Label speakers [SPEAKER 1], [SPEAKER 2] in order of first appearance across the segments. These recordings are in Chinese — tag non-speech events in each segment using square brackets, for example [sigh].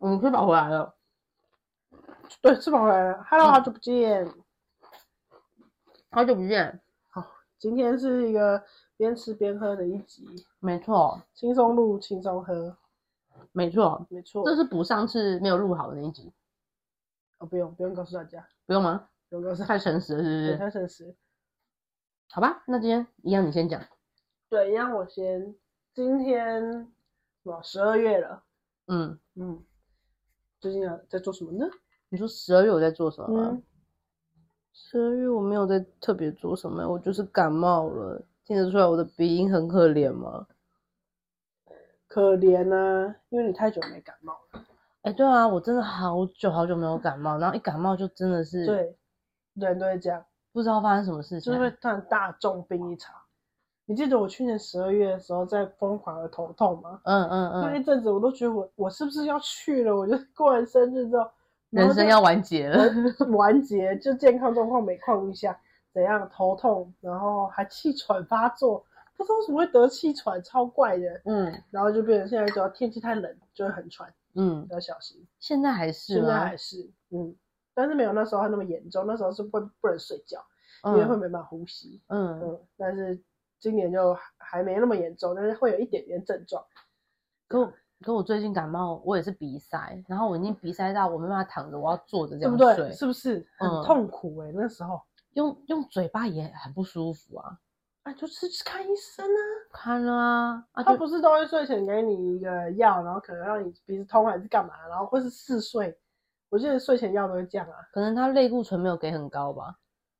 [SPEAKER 1] 嗯，吃饱回来了。对，吃饱回来了。Hello，
[SPEAKER 2] 嗯
[SPEAKER 1] 好久不见。
[SPEAKER 2] 好久不见，
[SPEAKER 1] 今天是一个边吃边喝的一集，
[SPEAKER 2] 没错，
[SPEAKER 1] 轻松录，轻松喝，
[SPEAKER 2] 没错，
[SPEAKER 1] 没错。
[SPEAKER 2] 这是补上次没有录好的那一集，
[SPEAKER 1] 哦，不用，不用告诉大家，
[SPEAKER 2] 不用吗？
[SPEAKER 1] 不用告诉大家，
[SPEAKER 2] 太诚实了，是
[SPEAKER 1] 对
[SPEAKER 2] 不是？
[SPEAKER 1] 太诚实。
[SPEAKER 2] 好吧，那今天一样，你先讲。
[SPEAKER 1] 对，让我先，今天哇，十二月了，
[SPEAKER 2] 嗯，
[SPEAKER 1] 嗯，最近啊在做什么呢？
[SPEAKER 2] 你说十二月我在做什么吗
[SPEAKER 1] 嗯？
[SPEAKER 2] 十二、月我没有在特别做什么，我就是感冒了。听得出来我的鼻音很可怜吗？
[SPEAKER 1] 可怜啊，因为你太久没感冒了。
[SPEAKER 2] 哎、对啊，我真的好久好久没有感冒，然后一感冒就真的是
[SPEAKER 1] 对，人都会这样，
[SPEAKER 2] 不知道发生什么事情
[SPEAKER 1] 就是
[SPEAKER 2] 啊、
[SPEAKER 1] 会突然大重病一场。你记得我去年十二月的时候在疯狂的头痛吗？
[SPEAKER 2] 嗯嗯
[SPEAKER 1] 那一
[SPEAKER 2] 嗯，
[SPEAKER 1] 阵子我都觉得我我是不是要去了？我就过完生日之后，然
[SPEAKER 2] 人
[SPEAKER 1] 后就
[SPEAKER 2] 生要完结了。
[SPEAKER 1] 完结，就健康状况每况愈下，怎样头痛，然后还气喘发作，不知道为什么会得气喘，超怪的。
[SPEAKER 2] 嗯
[SPEAKER 1] 然后就变成现在只要天气太冷就会很喘，
[SPEAKER 2] 嗯，
[SPEAKER 1] 要小心。
[SPEAKER 2] 现在还是
[SPEAKER 1] 现在
[SPEAKER 2] 吗
[SPEAKER 1] 还？是嗯，但是没有那时候那么严重，那时候是会不能睡觉，因为会
[SPEAKER 2] 嗯
[SPEAKER 1] 没办法呼吸。
[SPEAKER 2] 嗯，
[SPEAKER 1] 嗯，但是今年就还还没那么严重，但是会有一点点症状。
[SPEAKER 2] 可我可我最近感冒，我也是鼻塞，然后我已经鼻塞到我没办法躺着，我要坐着这
[SPEAKER 1] 对不
[SPEAKER 2] 样
[SPEAKER 1] 对？
[SPEAKER 2] 睡，
[SPEAKER 1] 是不是很
[SPEAKER 2] 嗯
[SPEAKER 1] 痛苦哎、那时候
[SPEAKER 2] 用用嘴巴也很不舒服啊。
[SPEAKER 1] 啊，就是去看医生啊，
[SPEAKER 2] 看了啊啊
[SPEAKER 1] 他
[SPEAKER 2] 就
[SPEAKER 1] 不是都会睡前给你一个药，然后可能让你鼻子通还是干嘛，然后或是嗜睡。我记得睡前药都会这样啊。
[SPEAKER 2] 可能他类固醇没有给很高吧，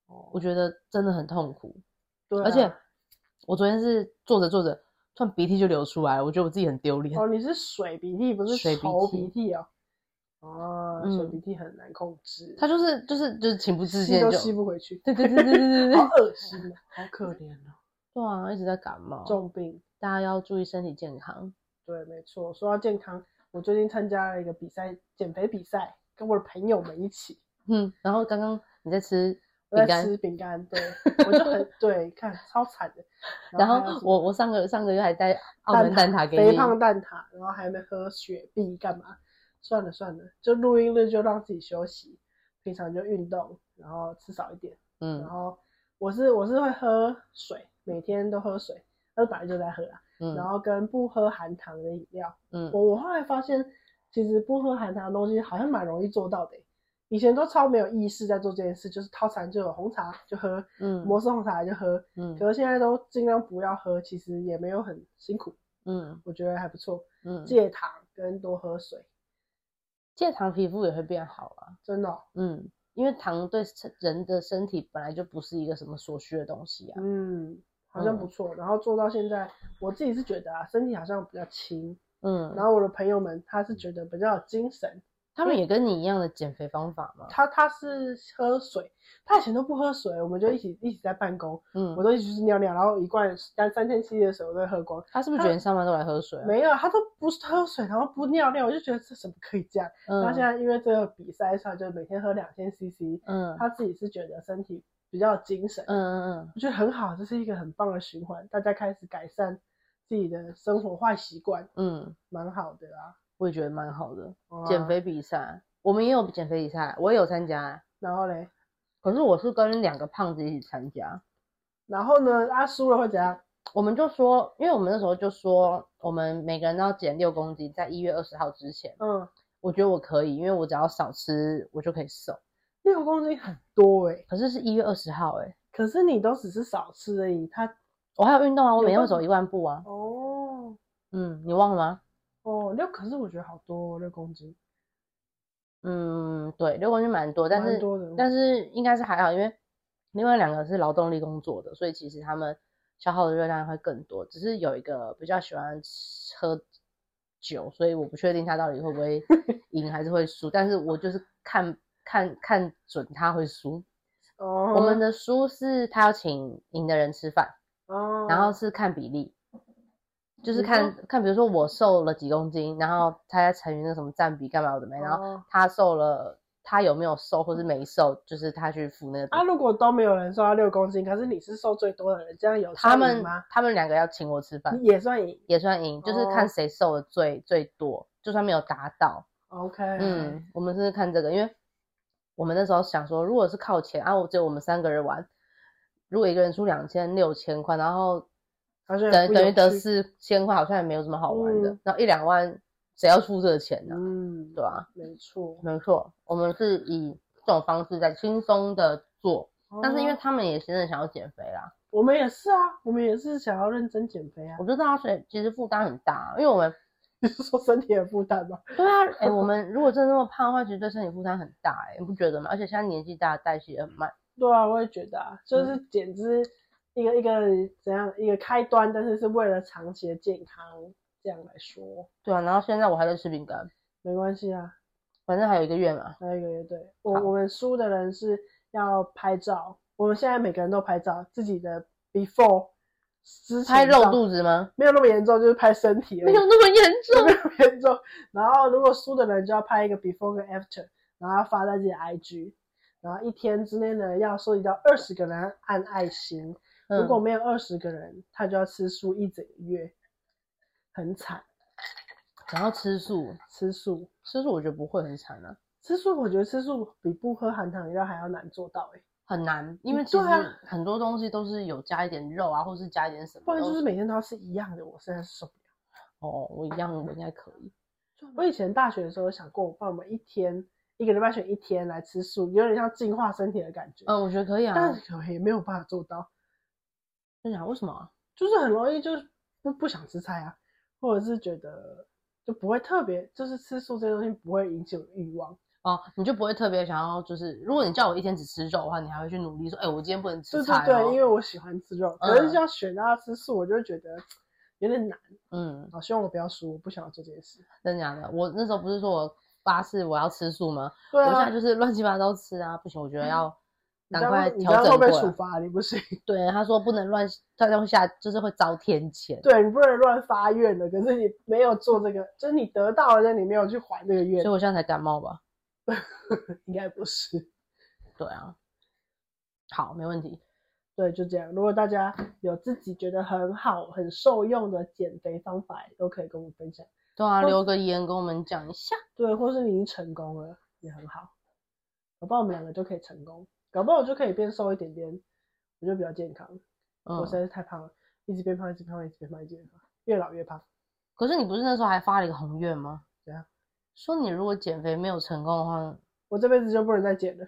[SPEAKER 2] 我
[SPEAKER 1] 哦，
[SPEAKER 2] 觉得真的很痛苦。
[SPEAKER 1] 对啊、
[SPEAKER 2] 而且我昨天是坐着坐着，突然鼻涕就流出来了，我觉得我自己很丢脸。
[SPEAKER 1] 哦，你是水鼻涕，不是
[SPEAKER 2] 水鼻
[SPEAKER 1] 稠
[SPEAKER 2] 涕
[SPEAKER 1] 鼻涕哦。哦，
[SPEAKER 2] 嗯
[SPEAKER 1] 水鼻涕很难控制，
[SPEAKER 2] 他就是就是就是情不自禁
[SPEAKER 1] 吸
[SPEAKER 2] 就
[SPEAKER 1] 都吸不回去，
[SPEAKER 2] 对对对对对对对
[SPEAKER 1] 好恶心
[SPEAKER 2] [laughs]
[SPEAKER 1] 哦，好可怜哦，
[SPEAKER 2] 对啊，一直在感冒，
[SPEAKER 1] 重病。
[SPEAKER 2] 大家要注意身体健康。
[SPEAKER 1] 对，没错。说到健康，我最近参加了一个比赛，减肥比赛，跟我的朋友们一起。
[SPEAKER 2] 嗯，然后刚刚你在吃
[SPEAKER 1] 我
[SPEAKER 2] 饼
[SPEAKER 1] 在
[SPEAKER 2] 干，
[SPEAKER 1] 吃饼干，对我就
[SPEAKER 2] [laughs]
[SPEAKER 1] 很对，看超惨的。
[SPEAKER 2] 然
[SPEAKER 1] 还有
[SPEAKER 2] 后
[SPEAKER 1] 什么
[SPEAKER 2] 我我上个上个月还带澳门蛋挞给
[SPEAKER 1] 肥
[SPEAKER 2] 你，
[SPEAKER 1] 胖蛋挞，然后还没喝雪碧，干嘛？算了算了，就录音日就让自己休息，平常就运动，然后吃少一点。然
[SPEAKER 2] 嗯
[SPEAKER 1] 后我是我是会喝水，每天都喝水，那本来就在喝啊。然
[SPEAKER 2] 嗯
[SPEAKER 1] 后跟不喝含糖的饮料，
[SPEAKER 2] 嗯，
[SPEAKER 1] 我我后来发现，其实不喝含糖的东西好像蛮容易做到的欸、以前都超没有意识在做这件事，就是套餐就有红茶就喝，
[SPEAKER 2] 嗯
[SPEAKER 1] 摩斯红茶就喝，
[SPEAKER 2] 嗯
[SPEAKER 1] 可是现在都尽量不要喝，其实也没有很辛苦，
[SPEAKER 2] 嗯
[SPEAKER 1] 我觉得还不错。
[SPEAKER 2] 嗯，
[SPEAKER 1] 戒糖跟多喝水，
[SPEAKER 2] 戒糖皮肤也会变好啊，
[SPEAKER 1] 真的哦、
[SPEAKER 2] 嗯，因为糖对身人的身体本来就不是一个什么所需的东西啊，
[SPEAKER 1] 嗯，好像不错。然后做到现在，我自己是觉得啊，身体好像比较轻，然
[SPEAKER 2] 嗯，
[SPEAKER 1] 后我的朋友们他是觉得比较有精神，
[SPEAKER 2] 他们也跟你一样的减肥方法嘛，
[SPEAKER 1] 他他是喝水，他以前都不喝水，我们就一起一起在办公，我
[SPEAKER 2] 嗯，
[SPEAKER 1] 都一起去尿尿，然后一罐三三千 cc 的水我都会喝光。
[SPEAKER 2] 他是不是觉得你上班都来喝水啊？
[SPEAKER 1] 没有，他都不喝水，然后不尿尿，我就觉得这怎么可以这样？
[SPEAKER 2] 嗯，
[SPEAKER 1] 然后现在因为这个比赛上，就每天喝两千 CC，
[SPEAKER 2] 嗯
[SPEAKER 1] 他自己是觉得身体比较有精神，
[SPEAKER 2] 嗯嗯嗯，
[SPEAKER 1] 我觉得很好，这是一个很棒的循环，大家开始改善自己的生活坏习惯，
[SPEAKER 2] 嗯，
[SPEAKER 1] 蛮好的啊。
[SPEAKER 2] 我也觉得蛮好的。
[SPEAKER 1] 哇
[SPEAKER 2] 减，肥比赛，我们也有减肥比赛，我也有参加，啊
[SPEAKER 1] 然后嘞，
[SPEAKER 2] 可是我是跟两个胖子一起参加，
[SPEAKER 1] 然后呢，啊输了会怎样？
[SPEAKER 2] 我们就说，因为我们那时候就说，我们每个人都要减六公斤，在一月二十号之前。
[SPEAKER 1] 嗯，
[SPEAKER 2] 我觉得我可以，因为我只要少吃，我就可以瘦。
[SPEAKER 1] 六公斤很多哎、
[SPEAKER 2] 可是是一月二十号、欸，
[SPEAKER 1] 可是你都只是少吃而已，他
[SPEAKER 2] 我还有运动啊，我每天
[SPEAKER 1] 有
[SPEAKER 2] 会
[SPEAKER 1] 办法
[SPEAKER 2] 走一万步啊。
[SPEAKER 1] 哦
[SPEAKER 2] 嗯，你忘了吗？
[SPEAKER 1] 哦六，可是我觉得好多、哦、六公斤，
[SPEAKER 2] 嗯，对，六公斤蛮多，但
[SPEAKER 1] 蛮
[SPEAKER 2] 是
[SPEAKER 1] 多的，
[SPEAKER 2] 但
[SPEAKER 1] 是
[SPEAKER 2] 是应该是还好，因为另外两个是劳动力工作的，所以其实他们消耗的热量会更多。只是有一个比较喜欢吃喝酒，所以我不确定他到底会不
[SPEAKER 1] [laughs]
[SPEAKER 2] 会赢还是会输，但是我就是看看看准他会输。
[SPEAKER 1] 哦
[SPEAKER 2] 我们的输是他要请赢的人吃饭，
[SPEAKER 1] 哦，
[SPEAKER 2] 然后是看比例。就是
[SPEAKER 1] 你说
[SPEAKER 2] 看看，比如说我瘦了几公斤，然后他再乘以那个什么占比干嘛我的没，然后
[SPEAKER 1] 哦
[SPEAKER 2] 他瘦了，他有没有瘦或是没瘦，就是他去付那个比例。
[SPEAKER 1] 啊，如果都没有人瘦到六公斤，可是你是瘦最多的人，这样有
[SPEAKER 2] 他
[SPEAKER 1] 算赢
[SPEAKER 2] 们
[SPEAKER 1] 吗？
[SPEAKER 2] 他们两个要请我吃饭，
[SPEAKER 1] 也算赢
[SPEAKER 2] 也算赢，就是
[SPEAKER 1] 哦
[SPEAKER 2] 看谁瘦的最最多，就算没有达到，
[SPEAKER 1] OK，
[SPEAKER 2] 嗯，我们是看这个，因为我们那时候想说，如果是靠前啊，我只有我们三个人玩，如果一个人出两千六千块，然后
[SPEAKER 1] 好像也
[SPEAKER 2] 等
[SPEAKER 1] 啊不
[SPEAKER 2] 等于
[SPEAKER 1] 有
[SPEAKER 2] 得
[SPEAKER 1] 趣
[SPEAKER 2] 四千块，好像也没有什么好玩的。
[SPEAKER 1] 嗯
[SPEAKER 2] 然后一两万，谁要出这个钱呢、
[SPEAKER 1] 嗯，
[SPEAKER 2] 对啊吧、
[SPEAKER 1] 没错。
[SPEAKER 2] 没错，我们是以这种方式在轻松的做，但是因为
[SPEAKER 1] 哦
[SPEAKER 2] 他们也真的想要减肥啦，
[SPEAKER 1] 我们也是啊，我们也是想要认真减肥啊 [laughs]
[SPEAKER 2] 我。知道，所以其实负担很大，啊因为我们
[SPEAKER 1] 你是说身体的负担吗？
[SPEAKER 2] 对啊，
[SPEAKER 1] [laughs]
[SPEAKER 2] 哎、我们如果真的那么胖的话，其实对身体负担很大、哎，你不觉得吗？而且现在年纪大，代谢也很慢，
[SPEAKER 1] 对啊，我也觉得啊，就是
[SPEAKER 2] 嗯
[SPEAKER 1] 减脂一个一个怎样一个开端，但是是为了长期的健康这样来说，
[SPEAKER 2] 对啊，然后现在我还在吃饼干，
[SPEAKER 1] 没关系啊。
[SPEAKER 2] 反正还有一个月嘛，
[SPEAKER 1] 还有一个乐队，我
[SPEAKER 2] 好
[SPEAKER 1] 我们输的人是要拍照，我们现在每个人都拍照，自己的 before 之前
[SPEAKER 2] 拍露
[SPEAKER 1] 照
[SPEAKER 2] 肚子吗？
[SPEAKER 1] 没有那么严重，就是拍身体而
[SPEAKER 2] 没
[SPEAKER 1] 已，
[SPEAKER 2] 有那么严重，
[SPEAKER 1] 没有那么严重。然后如果输的人就要拍一个 before 跟 after，然后要发在自己的 IG，然后一天之内呢要收集到二十个人按爱心，
[SPEAKER 2] 嗯
[SPEAKER 1] 如果没有二十个人，他就要吃素一整个月，很惨，
[SPEAKER 2] 然后吃素，
[SPEAKER 1] 吃素。
[SPEAKER 2] 吃素我觉得不会很惨啊，
[SPEAKER 1] 吃素，我觉得吃素比不喝含糖饮料还要难做到诶、欸
[SPEAKER 2] 很难，因为
[SPEAKER 1] 嗯
[SPEAKER 2] 其实
[SPEAKER 1] 对啊
[SPEAKER 2] 很多东西都是有加一点肉啊，或是加一点什么，
[SPEAKER 1] 不然就是每天都要吃一样的，我实在是受不了。
[SPEAKER 2] 哦，我一样，我应该可以，
[SPEAKER 1] 我以前大学的时候有想过，我帮我们一天一个礼拜选一天来吃素，有点像净化身体的感觉，
[SPEAKER 2] 嗯，我觉得可以啊，
[SPEAKER 1] 但是我也没有办法做到，
[SPEAKER 2] 真的啊为什么啊？
[SPEAKER 1] 就是很容易就是不不想吃菜啊，或者是觉得就不会特别，就是吃素这些东西不会引起我的欲望。
[SPEAKER 2] 哦，你就不会特别想要，就是如果你叫我一天只吃肉的话，你还会去努力说，哎、我今天不能
[SPEAKER 1] 对
[SPEAKER 2] 吃
[SPEAKER 1] 对
[SPEAKER 2] 菜、哦。嗯
[SPEAKER 1] 对，因为我喜欢吃肉，可是要选到要吃素，我就会觉得有点难。
[SPEAKER 2] 嗯，
[SPEAKER 1] 好，希望我不要输，我不想要做这件事。
[SPEAKER 2] 真的假的？我那时候不是说我发誓我要吃素吗？
[SPEAKER 1] 对
[SPEAKER 2] 我现在
[SPEAKER 1] 啊，
[SPEAKER 2] 就是乱七八糟吃啊，不行，我觉得要
[SPEAKER 1] 你这
[SPEAKER 2] 赶快
[SPEAKER 1] 样你这
[SPEAKER 2] 调
[SPEAKER 1] 样
[SPEAKER 2] 整
[SPEAKER 1] 会被
[SPEAKER 2] 过
[SPEAKER 1] 处
[SPEAKER 2] 来。
[SPEAKER 1] 罚，啊你不行。
[SPEAKER 2] 对，他说不能乱，他会下就是会遭天谴。
[SPEAKER 1] 对你不能乱发愿的，可是你没有做这个，就是你得到了，但你没有去还这个愿
[SPEAKER 2] 所以，我现在才感冒吧？
[SPEAKER 1] 应该不是。
[SPEAKER 2] 对啊，好，没问题。
[SPEAKER 1] 对，就这样。如果大家有自己觉得很好、很受用的减肥方法，也都可以跟我们分享。
[SPEAKER 2] 对啊，
[SPEAKER 1] 或
[SPEAKER 2] 留个言跟我们讲一下。
[SPEAKER 1] 对，或是你已经成功了，也很好。搞不好我们两个就可以成功，搞不好我就可以变瘦一点点，我就比较健康。
[SPEAKER 2] 嗯
[SPEAKER 1] 我，实在是太胖了，一直变胖，一直变胖，一直变胖，一直变胖，越老越胖。
[SPEAKER 2] 可是你不是那时候还发了一个宏愿吗？啊
[SPEAKER 1] 怎样？
[SPEAKER 2] 说你如果减肥没有成功的话，
[SPEAKER 1] 我这辈子就不能再减了。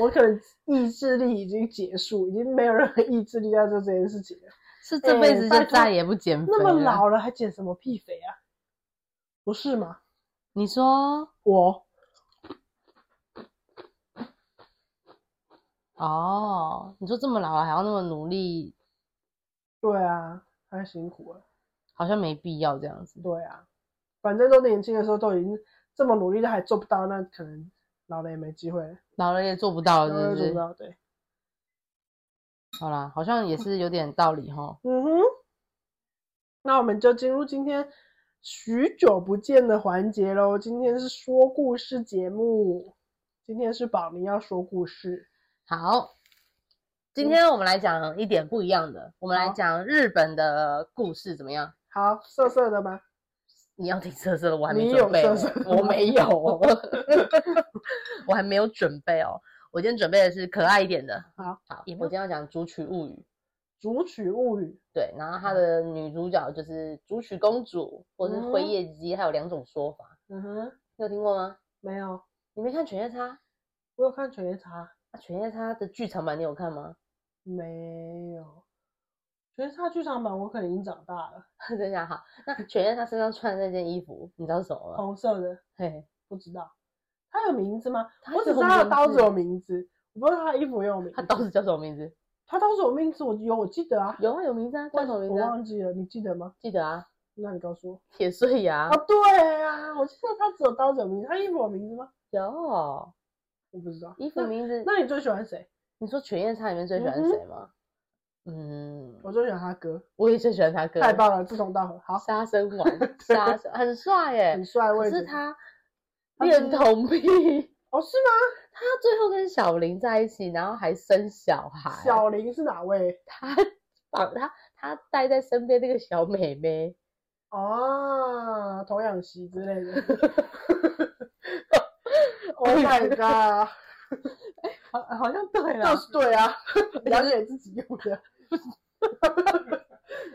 [SPEAKER 1] 我可能意志力已经结束，已经没有任何意志力在做这件事情了。
[SPEAKER 2] 是这
[SPEAKER 1] 哎
[SPEAKER 2] 辈子
[SPEAKER 1] 拜
[SPEAKER 2] 就
[SPEAKER 1] 托
[SPEAKER 2] 再也不减肥
[SPEAKER 1] 那么
[SPEAKER 2] 了
[SPEAKER 1] 老了还减什么屁肥啊？不是吗？
[SPEAKER 2] 你说
[SPEAKER 1] 我
[SPEAKER 2] 哦，你说这么老了还要那么努力，
[SPEAKER 1] 对啊，太辛苦了。
[SPEAKER 2] 好像没必要这样子。
[SPEAKER 1] 对啊，反正都年轻的时候都已经这么努力了，还做不到，那可能老了也没机会了。
[SPEAKER 2] 老了也做不到，
[SPEAKER 1] 老了
[SPEAKER 2] 是
[SPEAKER 1] 也
[SPEAKER 2] 不
[SPEAKER 1] 做不
[SPEAKER 2] 是？
[SPEAKER 1] 到，哦对，
[SPEAKER 2] 好啦，好像也是有点道理哈。
[SPEAKER 1] 嗯哼。那我们就进入今天许久不见的环节喽。今天是说故事节目，今天是宝明要说故事。
[SPEAKER 2] 好，今天我们来讲一点不一样的，我们来
[SPEAKER 1] 嗯好
[SPEAKER 2] 讲日本的故事怎么样？
[SPEAKER 1] 好，色色的吗？
[SPEAKER 2] 你要听色色的，我还没
[SPEAKER 1] 你
[SPEAKER 2] 准
[SPEAKER 1] 有
[SPEAKER 2] 备
[SPEAKER 1] 色
[SPEAKER 2] 哦，
[SPEAKER 1] 色的
[SPEAKER 2] 我
[SPEAKER 1] 吗
[SPEAKER 2] 没有
[SPEAKER 1] [laughs]
[SPEAKER 2] 哦，我还没有准备哦。我今天准备的是可爱一点的。
[SPEAKER 1] 好，
[SPEAKER 2] 好，我今天要讲《竹取物语》。
[SPEAKER 1] 《竹取物语》
[SPEAKER 2] 对，然后它
[SPEAKER 1] 嗯
[SPEAKER 2] 的女主角就是竹取公主，或是辉
[SPEAKER 1] 嗯
[SPEAKER 2] 夜姬，还有两种说法，
[SPEAKER 1] 嗯哼，
[SPEAKER 2] 你有听过吗？
[SPEAKER 1] 没有，
[SPEAKER 2] 你没看《犬夜叉》？
[SPEAKER 1] 我有看《犬夜叉》，
[SPEAKER 2] 啊，《犬夜叉》的剧场版你有看吗？ [laughs]
[SPEAKER 1] 没有，《犬夜叉》剧场版我可能已经长大了，
[SPEAKER 2] 等一下哈，那犬夜叉身上穿的那件衣服，你知道是什么吗？
[SPEAKER 1] 红色的
[SPEAKER 2] 嘿，
[SPEAKER 1] 不知道，它有名字吗？
[SPEAKER 2] 它
[SPEAKER 1] 我只
[SPEAKER 2] 有
[SPEAKER 1] 知道它的
[SPEAKER 2] 名
[SPEAKER 1] 刀
[SPEAKER 2] 字
[SPEAKER 1] 子有名字，我不知道它的衣服也有名
[SPEAKER 2] 它
[SPEAKER 1] 字。
[SPEAKER 2] 当时叫什么名字？
[SPEAKER 1] 它刀子有名字，我有我记得啊，
[SPEAKER 2] 有啊，有名字啊，
[SPEAKER 1] 我
[SPEAKER 2] 叫什么名
[SPEAKER 1] 我
[SPEAKER 2] 字啊？
[SPEAKER 1] 忘记了，你记得吗？
[SPEAKER 2] 记得啊，
[SPEAKER 1] 那你告诉我。
[SPEAKER 2] 铁碎牙
[SPEAKER 1] 啊，对啊，我记得它只有刀子有名字，它衣服有名字吗？
[SPEAKER 2] 有
[SPEAKER 1] 我不知道。
[SPEAKER 2] 衣服
[SPEAKER 1] 那
[SPEAKER 2] 名字。
[SPEAKER 1] 那你最喜欢谁？
[SPEAKER 2] 你说犬夜叉里面最喜欢
[SPEAKER 1] 嗯哼
[SPEAKER 2] 谁吗？嗯，
[SPEAKER 1] 我最喜欢他哥，
[SPEAKER 2] 我也最喜欢他哥，
[SPEAKER 1] 太棒了，志同道合，好，
[SPEAKER 2] 杀生丸，杀生很帅耶，
[SPEAKER 1] [laughs] 很帅，我
[SPEAKER 2] 可
[SPEAKER 1] 也觉
[SPEAKER 2] 是
[SPEAKER 1] 得
[SPEAKER 2] 他
[SPEAKER 1] 他
[SPEAKER 2] 恋
[SPEAKER 1] 是
[SPEAKER 2] 童癖， [laughs]
[SPEAKER 1] 哦，是吗？
[SPEAKER 2] 他最后跟小林在一起，然后还生小孩。
[SPEAKER 1] 小林是哪位？
[SPEAKER 2] 他把他他带在身边那个小妹妹，
[SPEAKER 1] 啊 [laughs] 哦，童养媳之类的。 Oh my [laughs] god！
[SPEAKER 2] 好，好像对
[SPEAKER 1] 倒
[SPEAKER 2] 了，
[SPEAKER 1] 是对啊，量给自己用的。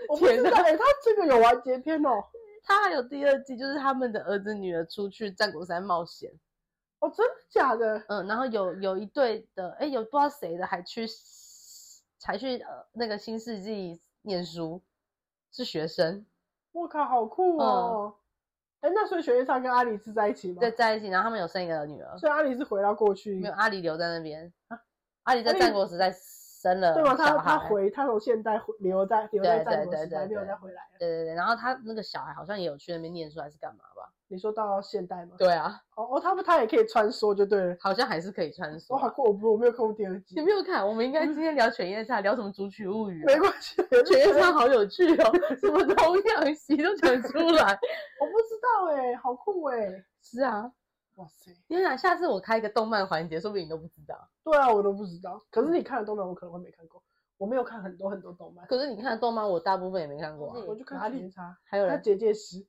[SPEAKER 1] 我不知
[SPEAKER 2] 天
[SPEAKER 1] 道，哎、他这个有完结篇哦。
[SPEAKER 2] [laughs] 他还有第二季，就是他们的儿子女儿出去战国山冒险，
[SPEAKER 1] 哦，真的假的？
[SPEAKER 2] 嗯，然后有有一对的，哎，有不知道谁的还去还去呃那个新世纪念书，是学生
[SPEAKER 1] 我靠，好酷哦！哎、那所以雪夜叉跟阿里是在一起吗？
[SPEAKER 2] 在，在一起，然后他们有生一个女儿，
[SPEAKER 1] 所以阿里是回到过去
[SPEAKER 2] 没，有阿里留在那边，啊阿里在
[SPEAKER 1] 嗯阿里
[SPEAKER 2] 战国时代生了
[SPEAKER 1] 对吗？他
[SPEAKER 2] 小
[SPEAKER 1] 他
[SPEAKER 2] 孩，
[SPEAKER 1] 回，他从现代回留在留在
[SPEAKER 2] 对
[SPEAKER 1] 战
[SPEAKER 2] 对
[SPEAKER 1] 国时
[SPEAKER 2] 对对
[SPEAKER 1] 代，没有
[SPEAKER 2] 对
[SPEAKER 1] 再回来了。
[SPEAKER 2] 对对对，然后他那个小孩好像也有去那边念书还是干嘛吧？
[SPEAKER 1] 你说到现代吗？
[SPEAKER 2] 对啊，
[SPEAKER 1] 哦哦，他不，他也可以穿梭就对了。
[SPEAKER 2] 好像还是可以穿梭
[SPEAKER 1] 我好
[SPEAKER 2] 啊。
[SPEAKER 1] 酷，我不我没有看过第二集
[SPEAKER 2] 你，没有看？我们应该今天聊犬夜叉，聊什么《竹取物语》啊？
[SPEAKER 1] 没关系，我
[SPEAKER 2] 犬夜叉好有趣哦，什么童养媳都讲出来。
[SPEAKER 1] 不知道哎、好酷哎、
[SPEAKER 2] 是啊，
[SPEAKER 1] 哇塞！
[SPEAKER 2] 天哪！下次我开一个动漫环节，说不定你都不知道。
[SPEAKER 1] 对啊，我都不知道。可是你看的动漫，我可能会没看过。我没有看很多很多动漫，
[SPEAKER 2] 可是你看的动漫，我大部分也没看过、啊。
[SPEAKER 1] 嗯我就看
[SPEAKER 2] 哪
[SPEAKER 1] 《
[SPEAKER 2] 里？
[SPEAKER 1] 叉
[SPEAKER 2] 还》，有
[SPEAKER 1] 他
[SPEAKER 2] 人
[SPEAKER 1] 结界师，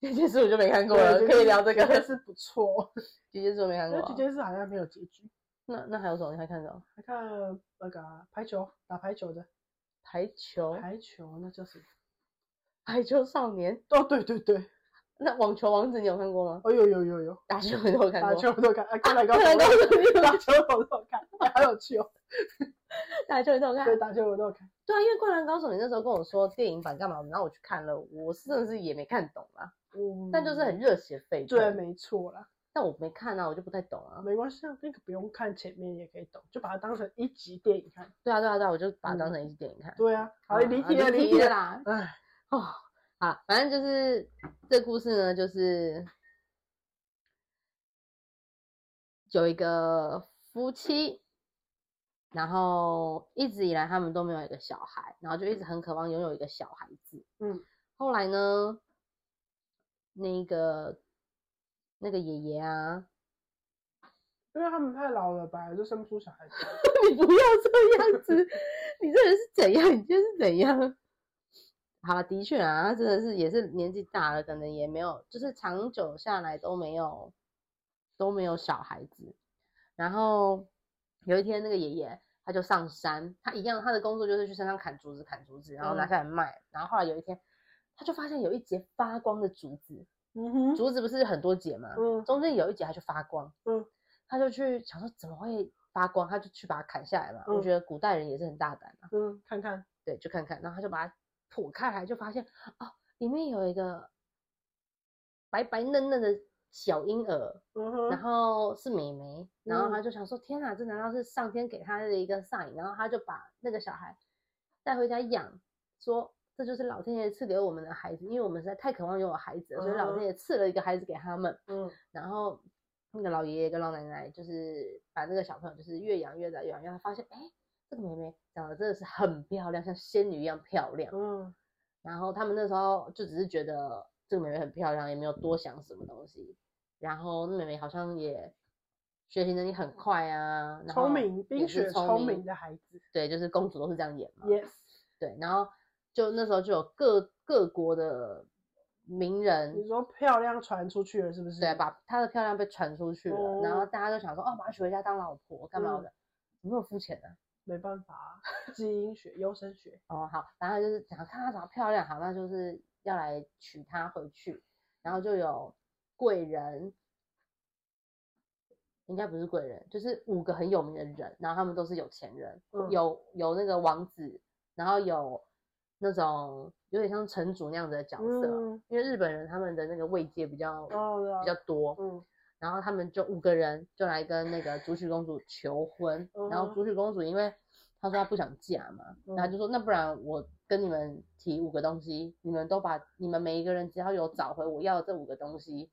[SPEAKER 2] 结界师我就没看过
[SPEAKER 1] 对
[SPEAKER 2] 了，
[SPEAKER 1] 结界
[SPEAKER 2] 可以
[SPEAKER 1] 师
[SPEAKER 2] 聊这个。
[SPEAKER 1] 结界师不错，
[SPEAKER 2] 结界师我没 [laughs] 看
[SPEAKER 1] 因
[SPEAKER 2] 过
[SPEAKER 1] 为
[SPEAKER 2] 啊、
[SPEAKER 1] 结界师好像没有结局。
[SPEAKER 2] 那那还有什么你还看到？
[SPEAKER 1] 还看那个啊排球，打排球的
[SPEAKER 2] 排球，
[SPEAKER 1] 排球，那叫什么？
[SPEAKER 2] 排球少年。
[SPEAKER 1] 哦，对对对，
[SPEAKER 2] 那网球王子你有看过吗？
[SPEAKER 1] 哦有有有有，
[SPEAKER 2] 打球你都有看
[SPEAKER 1] 打
[SPEAKER 2] 过。
[SPEAKER 1] 球我都看，哎，
[SPEAKER 2] [laughs]
[SPEAKER 1] 灌篮高
[SPEAKER 2] 灌篮高
[SPEAKER 1] 手
[SPEAKER 2] 手你有
[SPEAKER 1] 打球我都有看，哎好有趣哦。
[SPEAKER 2] 打球你都有看
[SPEAKER 1] 对，。打球我都有看。
[SPEAKER 2] 对啊，因为《灌篮高手》你那时候跟我说电影版干嘛，然后我去看了，我是真的是也没看懂啊，
[SPEAKER 1] 嗯，
[SPEAKER 2] 但就是很热血沸腾。
[SPEAKER 1] 对，没错啦，
[SPEAKER 2] 但我没看啊，我就不太懂啊。
[SPEAKER 1] 没关系啊，那个不用看前面也可以懂，就把它当成一集电影看。
[SPEAKER 2] 对啊，对啊，对啊，我就把它当成一集电影看。
[SPEAKER 1] 对啊，好，
[SPEAKER 2] 啊
[SPEAKER 1] 离题
[SPEAKER 2] 啊
[SPEAKER 1] 了，
[SPEAKER 2] 离
[SPEAKER 1] 离
[SPEAKER 2] 题
[SPEAKER 1] 题
[SPEAKER 2] 了
[SPEAKER 1] 了。
[SPEAKER 2] 啦。
[SPEAKER 1] 哎，
[SPEAKER 2] 哦，好，反正就是这故事呢，就是有一个夫妻，然后一直以来他们都没有一个小孩，然后就一直很渴望拥有一个小孩子。
[SPEAKER 1] 嗯，
[SPEAKER 2] 后来呢，那个那个爷爷啊，
[SPEAKER 1] 因为他们太老了，本来就生不出小孩子。
[SPEAKER 2] [laughs] 你不要这样子，你这人是怎样？你这是怎样？好了，的确啊，他真的是也是年纪大了，可能也没有，就是长久下来都没有都没有小孩子。然后有一天，那个爷爷他就上山，他一样，他的工作就是去山上砍竹子，砍竹子，然后拿
[SPEAKER 1] 嗯
[SPEAKER 2] 下来卖。然后后来有一天，他就发现有一节发光的竹子，
[SPEAKER 1] 嗯哼，
[SPEAKER 2] 竹子不是很多节嘛，
[SPEAKER 1] 嗯
[SPEAKER 2] 中间有一节它就发光，
[SPEAKER 1] 嗯，
[SPEAKER 2] 他就去想说怎么会发光，他就去把它砍下来嘛。我
[SPEAKER 1] 嗯
[SPEAKER 2] 觉得古代人也是很大胆啊，
[SPEAKER 1] 嗯，看看，
[SPEAKER 2] 对，就看看，然后他就把它剖开来，就发现哦，里面有一个白白嫩嫩的小婴儿，
[SPEAKER 1] 嗯
[SPEAKER 2] 然
[SPEAKER 1] 哼，
[SPEAKER 2] 后是美眉，然后
[SPEAKER 1] 嗯
[SPEAKER 2] 他就想说天啊哪，这难道是上天给他的一个 sign？然后他就把那个小孩带回家养，说。这就是老天爷赐给我们的孩子，因为我们实在太渴望拥有孩子了，所以老
[SPEAKER 1] 嗯
[SPEAKER 2] 天爷赐了一个孩子给他们。
[SPEAKER 1] 嗯
[SPEAKER 2] 然后那个老爷爷跟老奶奶就是把那个小朋友就是越养越大越养越大，发现哎，诶这个妹妹长得真的是很漂亮，像仙女一样漂亮。
[SPEAKER 1] 嗯
[SPEAKER 2] 然后他们那时候就只是觉得这个妹妹很漂亮，也没有多想什么东西。然后那妹妹好像也学习能力很快啊，然后
[SPEAKER 1] 聪明，
[SPEAKER 2] 也
[SPEAKER 1] 冰
[SPEAKER 2] 是
[SPEAKER 1] 雪
[SPEAKER 2] 聪
[SPEAKER 1] 聪明的孩子。嗯
[SPEAKER 2] 对，就是公主都是这样演嘛。
[SPEAKER 1] Yes，
[SPEAKER 2] 对，然后就那时候就有各各国的名人，
[SPEAKER 1] 你说漂亮传出去了是不是？
[SPEAKER 2] 对，把她的漂亮被传出去了，然后
[SPEAKER 1] 哦嗯
[SPEAKER 2] 大家都想说，哦，把她娶回家当老婆干嘛的？怎么那么肤浅呢、
[SPEAKER 1] 没办法啊， [laughs] 基因学、优生学。
[SPEAKER 2] 哦，好，然后就是想看她长得漂亮，好，那就是要来娶她回去，然后就有贵人，应该不是贵人，就是五个很有名的人，然后他们都是有钱人，
[SPEAKER 1] 嗯
[SPEAKER 2] 有有那个王子，然后有那种有点像城主那样子的角色，
[SPEAKER 1] 嗯，
[SPEAKER 2] 因为日本人他们的那个位阶比较、
[SPEAKER 1] 哦，对啊
[SPEAKER 2] 比较多，
[SPEAKER 1] 嗯
[SPEAKER 2] 然后他们就五个人就来跟那个竹取公主求婚，然后
[SPEAKER 1] 嗯
[SPEAKER 2] 竹取公主因为她说她不想嫁嘛，然后
[SPEAKER 1] 嗯
[SPEAKER 2] 就说那不然我跟你们提五个东西，你们都把你们每一个人只要有找回我要的这五个东西，